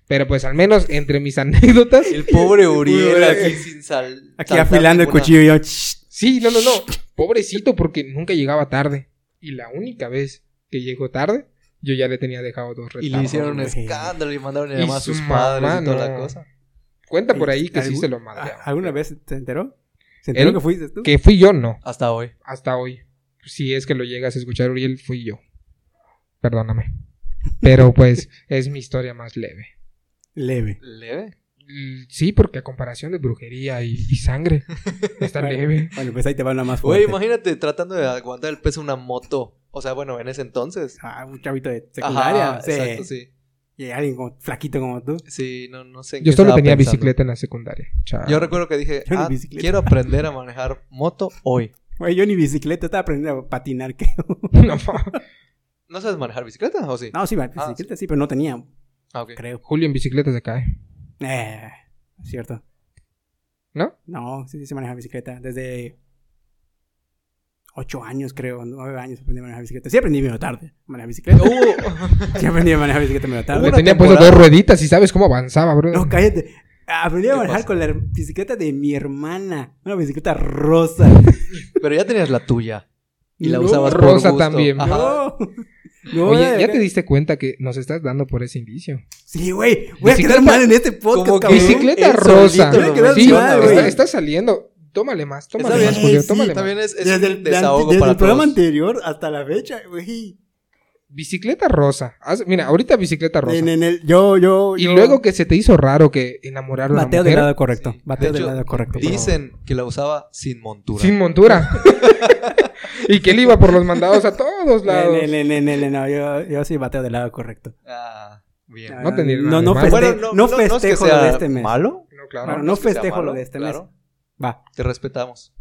[SPEAKER 2] Pero pues al menos entre mis *laughs* anécdotas
[SPEAKER 3] El pobre Uriel
[SPEAKER 1] Uriel.
[SPEAKER 3] aquí sin sal.
[SPEAKER 1] Aquí
[SPEAKER 3] saltar
[SPEAKER 1] afilando el
[SPEAKER 3] ninguna-
[SPEAKER 1] cuchillo yo. "Shh".
[SPEAKER 2] Sí, no, no, no. Pobrecito, porque nunca llegaba tarde. Y la única vez que llegó tarde, yo ya le tenía dejado dos retardos.
[SPEAKER 3] Y le hicieron
[SPEAKER 1] güey.
[SPEAKER 3] escándalo y mandaron a
[SPEAKER 2] Y
[SPEAKER 3] llamar a
[SPEAKER 2] su
[SPEAKER 3] sus padres
[SPEAKER 2] mamá,
[SPEAKER 3] y toda
[SPEAKER 2] no.
[SPEAKER 3] la cosa.
[SPEAKER 2] Cuenta por ahí que sí
[SPEAKER 1] ¿Algún-
[SPEAKER 2] se lo
[SPEAKER 1] a-
[SPEAKER 2] madrearon.
[SPEAKER 1] Ah, ¿Alguna vez te enteró? ¿Se enteró
[SPEAKER 2] Él-
[SPEAKER 1] que fuiste tú?
[SPEAKER 2] Que fui yo, no.
[SPEAKER 3] Hasta hoy.
[SPEAKER 2] Hasta hoy. Si es que lo llegas a escuchar, Uriel, fui yo. Perdóname.
[SPEAKER 3] *laughs*
[SPEAKER 2] Pero pues es mi historia más leve.
[SPEAKER 1] Leve.
[SPEAKER 3] ¿Leve?
[SPEAKER 2] Mm, Sí, porque a comparación de brujería y, y sangre, está leve.
[SPEAKER 1] Bueno, pues ahí te va una más
[SPEAKER 3] Güey,
[SPEAKER 1] fuerte.
[SPEAKER 3] imagínate tratando de aguantar el peso de una moto. O sea, bueno, en ese entonces.
[SPEAKER 1] Ah, un chavito de secundaria.
[SPEAKER 3] Ajá,
[SPEAKER 1] sí.
[SPEAKER 3] Exacto, sí.
[SPEAKER 1] Y alguien como, flaquito como tú.
[SPEAKER 3] Sí, no, no sé. en
[SPEAKER 2] Yo
[SPEAKER 3] qué
[SPEAKER 2] solo
[SPEAKER 3] estaba
[SPEAKER 2] tenía
[SPEAKER 3] pensando.
[SPEAKER 2] bicicleta en la secundaria. Chao. *laughs*
[SPEAKER 3] Yo recuerdo que dije,
[SPEAKER 1] Yo ni
[SPEAKER 3] "Ah,
[SPEAKER 1] bicicleta".
[SPEAKER 3] quiero aprender a manejar moto hoy.
[SPEAKER 1] Güey, yo ni bicicleta. Estaba aprendiendo a patinar. *laughs* ¿qué?
[SPEAKER 2] No,
[SPEAKER 3] ¿No sabes manejar bicicleta o sí?
[SPEAKER 1] No, sí,
[SPEAKER 3] Ah,
[SPEAKER 1] bicicleta sí, pero no tenía,
[SPEAKER 3] Ah, ok.
[SPEAKER 1] creo.
[SPEAKER 2] Julio en bicicleta se cae.
[SPEAKER 1] Eh, es cierto.
[SPEAKER 2] ¿No?
[SPEAKER 1] No, sí, sí se maneja bicicleta. Desde ocho años, creo, nueve años aprendí a manejar bicicleta. Sí aprendí medio tarde a manejar bicicleta.
[SPEAKER 3] Hubo- *laughs*
[SPEAKER 1] Sí aprendí a manejar bicicleta medio
[SPEAKER 2] Le
[SPEAKER 1] tarde.
[SPEAKER 3] Una
[SPEAKER 2] tenía puesto
[SPEAKER 3] temporada.
[SPEAKER 2] dos rueditas y sabes cómo avanzaba, bro.
[SPEAKER 1] No, cállate. Aprendí a
[SPEAKER 3] ¿Qué
[SPEAKER 1] manejar
[SPEAKER 3] pasa?
[SPEAKER 1] con la her- bicicleta de mi hermana. Una bicicleta rosa.
[SPEAKER 3] Pero ya tenías la tuya. Y la
[SPEAKER 1] No,
[SPEAKER 3] usabas por
[SPEAKER 2] rosa
[SPEAKER 3] gusto.
[SPEAKER 2] también.
[SPEAKER 3] Ajá.
[SPEAKER 1] No. No,
[SPEAKER 2] Oye,
[SPEAKER 1] de-
[SPEAKER 2] ya te diste cuenta que nos estás dando por ese indicio.
[SPEAKER 1] Sí, güey. Voy a
[SPEAKER 2] Bicicleta-
[SPEAKER 1] quedar mal en este podcast,
[SPEAKER 3] Como que
[SPEAKER 1] cabrón.
[SPEAKER 2] Bicicleta
[SPEAKER 3] él
[SPEAKER 2] rosa.
[SPEAKER 3] solito
[SPEAKER 1] lo
[SPEAKER 2] Sí,
[SPEAKER 1] menciona,
[SPEAKER 2] está-
[SPEAKER 1] güey.
[SPEAKER 2] está, saliendo. Tómale más, tómale
[SPEAKER 3] Está
[SPEAKER 2] más,
[SPEAKER 1] bien,
[SPEAKER 2] Julio,
[SPEAKER 1] sí,
[SPEAKER 2] tómale más.
[SPEAKER 3] También es, es
[SPEAKER 1] Desde
[SPEAKER 3] un
[SPEAKER 1] el, de-
[SPEAKER 3] desahogo
[SPEAKER 1] desde
[SPEAKER 3] para
[SPEAKER 1] el programa
[SPEAKER 3] todos.
[SPEAKER 1] anterior hasta la fecha, güey.
[SPEAKER 2] Bicicleta rosa. Haz- mira, ahorita bicicleta rosa.
[SPEAKER 1] En, en el, yo, yo,
[SPEAKER 2] y
[SPEAKER 1] yo-
[SPEAKER 2] luego que se te hizo raro que enamorar a una
[SPEAKER 1] Bateo
[SPEAKER 2] mujer
[SPEAKER 1] del lado correcto.
[SPEAKER 3] Sí.
[SPEAKER 1] Bateo
[SPEAKER 3] De
[SPEAKER 1] del
[SPEAKER 3] hecho,
[SPEAKER 1] lado correcto. por favor.
[SPEAKER 3] Dicen que la usaba sin montura.
[SPEAKER 2] sin montura. *laughs* y que él iba por los mandados a todos lados.
[SPEAKER 1] No, no, no, no, no, no, yo, yo sí bateo del lado correcto.
[SPEAKER 3] Ah, bien.
[SPEAKER 2] No te ni-
[SPEAKER 1] no, no,
[SPEAKER 2] ni
[SPEAKER 1] feste-
[SPEAKER 2] mal.
[SPEAKER 1] no,
[SPEAKER 3] es que
[SPEAKER 1] festejo
[SPEAKER 3] sea
[SPEAKER 1] lo de este mes.
[SPEAKER 3] ¿Malo?
[SPEAKER 2] No, claro.
[SPEAKER 1] Bueno,
[SPEAKER 3] No
[SPEAKER 1] no
[SPEAKER 3] es que sea
[SPEAKER 1] festejo
[SPEAKER 3] malo,
[SPEAKER 1] lo de este
[SPEAKER 3] claro.
[SPEAKER 1] mes. Va.
[SPEAKER 3] Te respetamos.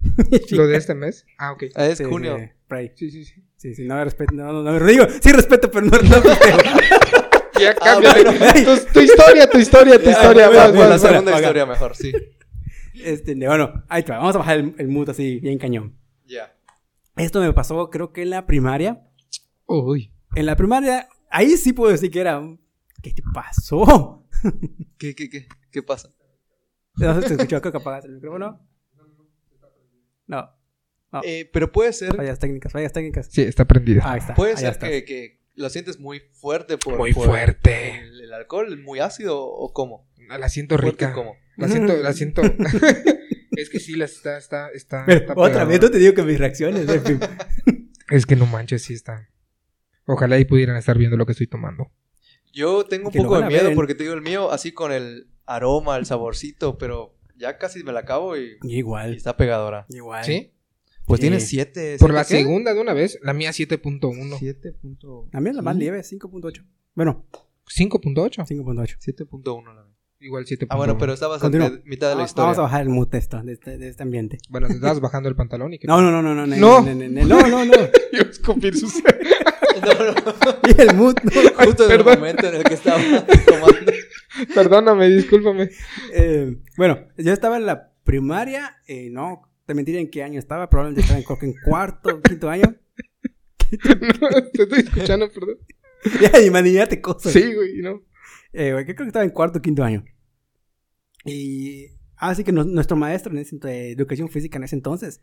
[SPEAKER 2] Lo de este mes. Ah, ok.
[SPEAKER 3] Ah, Es
[SPEAKER 1] Sí,
[SPEAKER 3] junio.
[SPEAKER 1] sí, por ahí.
[SPEAKER 2] Sí, sí, sí.
[SPEAKER 1] Sí, sí, no respeto. No, no, no, digo, sí respeto, pero no, no festejo.
[SPEAKER 2] Ya
[SPEAKER 3] Ah, *laughs*
[SPEAKER 2] cámbiale.
[SPEAKER 1] bueno.
[SPEAKER 2] tu, tu historia, tu historia, tu
[SPEAKER 3] Ya,
[SPEAKER 2] historia.
[SPEAKER 3] Ah, bueno,
[SPEAKER 2] vas,
[SPEAKER 3] bueno, la
[SPEAKER 2] vas, vas.
[SPEAKER 3] segunda
[SPEAKER 1] vas.
[SPEAKER 3] historia mejor, sí.
[SPEAKER 1] Este, bueno, ahí te va. Vamos a bajar el, el mood así, bien cañón.
[SPEAKER 3] Ya.
[SPEAKER 1] Esto me pasó, creo que en la primaria.
[SPEAKER 2] Uy.
[SPEAKER 1] En la primaria, ahí sí puedo decir que era. un, ¿Qué te pasó? *laughs*
[SPEAKER 3] ¿Qué, qué, qué? ¿Qué pasa?
[SPEAKER 1] No sé si te escuchó, creo que apagaste el micrófono. No, Ah.
[SPEAKER 3] Eh, pero puede ser,
[SPEAKER 1] fallas técnicas, fallas técnicas.
[SPEAKER 2] Sí, está prendida.
[SPEAKER 1] Ahí está.
[SPEAKER 3] puede
[SPEAKER 1] ahí
[SPEAKER 3] ser
[SPEAKER 1] está.
[SPEAKER 3] que, que lo sientes muy fuerte por,
[SPEAKER 2] Muy
[SPEAKER 3] por
[SPEAKER 2] fuerte. Ah,
[SPEAKER 3] El, el alcohol, muy ácido o cómo.
[SPEAKER 2] La siento
[SPEAKER 3] Fuerte,
[SPEAKER 2] rica.
[SPEAKER 3] ¿Cómo?
[SPEAKER 2] La siento, la
[SPEAKER 1] *laughs*
[SPEAKER 2] siento. es que sí, la está, está, está.
[SPEAKER 1] Pero,
[SPEAKER 2] está
[SPEAKER 1] otra
[SPEAKER 2] pegada.
[SPEAKER 1] vez, no te digo que mis reacciones. en fin.
[SPEAKER 2] Es que no manches, sí está. Ojalá y pudieran estar viendo lo que estoy tomando.
[SPEAKER 3] Yo tengo un
[SPEAKER 1] Que lo
[SPEAKER 3] poco
[SPEAKER 1] van
[SPEAKER 3] de
[SPEAKER 1] a
[SPEAKER 3] miedo
[SPEAKER 1] ver ¿eh? en-
[SPEAKER 3] porque te digo el mío así con el aroma, el saborcito, pero ya casi me la acabo *laughs* y, y
[SPEAKER 1] Igual,
[SPEAKER 3] está pegadora.
[SPEAKER 1] igual.
[SPEAKER 2] ¿Sí?
[SPEAKER 3] Pues
[SPEAKER 1] Sí.
[SPEAKER 3] tiene siete.
[SPEAKER 2] Por la
[SPEAKER 3] ¿siete qué?
[SPEAKER 2] segunda de una vez, la mía 7.1.
[SPEAKER 3] Siete punto-
[SPEAKER 1] A mí es la más
[SPEAKER 3] Sí.
[SPEAKER 1] lieve, 5.8. Bueno,
[SPEAKER 2] 5.8.
[SPEAKER 1] 5.8.
[SPEAKER 3] 7.1 la vez.
[SPEAKER 2] Igual 7.1.
[SPEAKER 3] Ah, bueno, pero estabas en
[SPEAKER 1] Continúa.
[SPEAKER 3] med- mitad de la
[SPEAKER 1] Vamos-
[SPEAKER 3] historia.
[SPEAKER 1] Vamos a bajar el mood de esto, de este, de este ambiente.
[SPEAKER 2] Bueno, te estabas bajando el pantalón y
[SPEAKER 1] *laughs*
[SPEAKER 2] que.
[SPEAKER 1] No, no, no, no, no, no,
[SPEAKER 2] No.
[SPEAKER 1] no, no, no, no, *laughs* no.
[SPEAKER 2] *laughs* Yo escupir sus.
[SPEAKER 3] *laughs* No, no,
[SPEAKER 1] Y el mood, no.
[SPEAKER 3] justo en el
[SPEAKER 2] perdón.
[SPEAKER 3] momento en el que estaba tomando.
[SPEAKER 2] Perdóname, discúlpame. *laughs*
[SPEAKER 1] Eh, bueno, yo estaba en la primaria, eh, no, te mentiré en qué año estaba, probablemente estaba en, creo que en cuarto, quinto año. *laughs*
[SPEAKER 2] No, te estoy escuchando, perdón.
[SPEAKER 1] Ya, imagínate cosas.
[SPEAKER 2] Sí, güey, no.
[SPEAKER 1] Eh, güey, que creo que estaba en cuarto, quinto año. Y así que no- nuestro maestro en ese ento- de educación física en ese entonces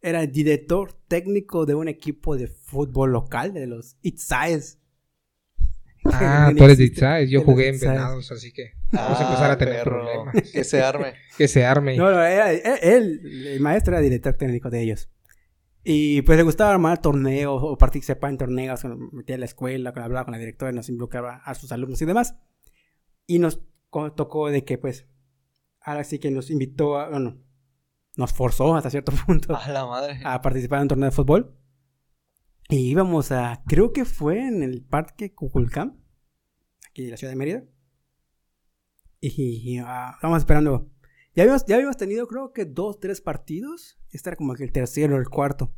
[SPEAKER 1] era el director técnico de un equipo de fútbol local de los Itzaes.
[SPEAKER 2] Ah,
[SPEAKER 1] Ni
[SPEAKER 2] tú eres de
[SPEAKER 1] existe.
[SPEAKER 2] Itzaes. Yo
[SPEAKER 1] Eres de
[SPEAKER 2] jugué en
[SPEAKER 1] Itzaes.
[SPEAKER 2] Venados, así que vamos a empezar
[SPEAKER 3] Ah,
[SPEAKER 2] a tener
[SPEAKER 3] perro.
[SPEAKER 2] problemas.
[SPEAKER 3] Que
[SPEAKER 1] *laughs*
[SPEAKER 3] se arme.
[SPEAKER 2] Que se arme.
[SPEAKER 1] No, no, era- era- él, el maestro era director técnico de ellos. Y pues le gustaba armar torneos o participar en torneos, se metía a la escuela, con- hablaba con la directora, nos involucraba a sus alumnos y demás. Y nos co- tocó de que pues, ahora sí que nos invitó, a, bueno, nos forzó hasta cierto *laughs* punto
[SPEAKER 3] A la madre.
[SPEAKER 1] a participar en un torneo de fútbol. Y íbamos a, creo que fue en el parque Cuculcán, aquí en la ciudad de Mérida. Y, y, ah, estábamos esperando. Ya habíamos, ya habíamos tenido, creo que dos, tres partidos. Este era como que el tercero, el cuarto.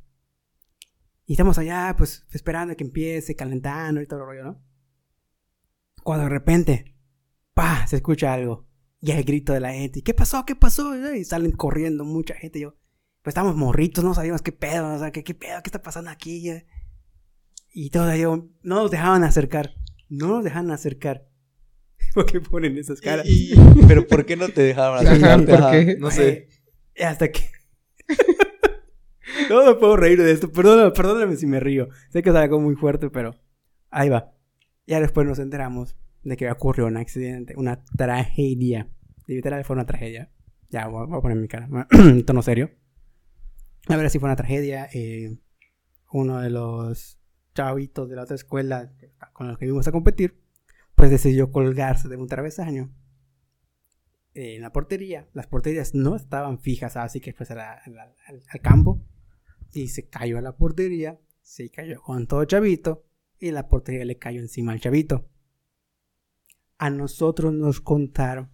[SPEAKER 1] Y estamos allá, pues, esperando a que empiece, calentando y todo el rollo, ¿no? Cuando de repente, pa, se escucha algo. Y el grito de la gente. ¿Qué pasó? ¿Qué pasó? Y salen corriendo mucha gente. Y yo, pues estábamos morritos, no sabíamos qué pedo, o sea, qué, qué pedo, qué está pasando aquí. eh. Y todavía no nos dejaban acercar, no nos dejaban acercar. *laughs* ¿Por qué ponen esas caras?
[SPEAKER 3] Y- y- pero ¿por qué no te dejaron
[SPEAKER 2] Ajá,
[SPEAKER 3] acercarte?
[SPEAKER 2] ¿por
[SPEAKER 3] Ajá,
[SPEAKER 2] qué?
[SPEAKER 3] No sé.
[SPEAKER 1] Eh, hasta que... *laughs* no me puedo reír de esto, perdóname, perdóname si me río. Sé que es algo muy fuerte, pero ahí va. Ya después nos enteramos de que ocurrió un accidente, una tragedia. Literal fue una tragedia. Ya, voy a, voy a poner mi cara. *clears throat* en tono serio. A ver si fue una tragedia. eh, uno de los chavitos de la otra escuela con los que íbamos a competir, pues decidió colgarse de un travesaño en la portería. Las porterías no estaban fijas, así que pues era al, al- al campo. Y se cayó a la portería, se cayó con todo chavito, y la portería le cayó encima al chavito. A nosotros nos contaron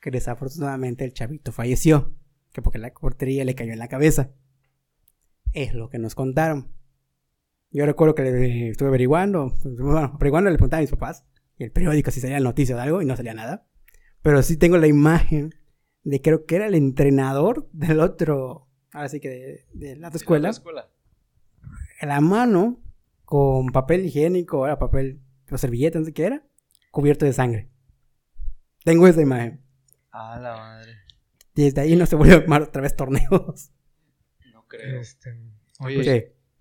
[SPEAKER 1] que desafortunadamente el chavito falleció, que porque la portería le cayó en la cabeza. Es lo que nos contaron. Yo recuerdo que le- estuve averiguando, pues, bueno, averiguando le preguntaba a mis papás, y el periódico si salía noticia o algo, y no salía nada pero sí tengo la imagen de creo que era el entrenador del otro, ahora sí que de, de la otra escuela,
[SPEAKER 3] La escuela.
[SPEAKER 1] en la mano con papel higiénico, era papel, o servilleta, no sé qué era, cubierto de sangre. Tengo esa imagen.
[SPEAKER 3] A la madre.
[SPEAKER 1] Desde ahí no se vuelve a armar otra vez torneos.
[SPEAKER 3] No creo.
[SPEAKER 2] Este,
[SPEAKER 3] Oye,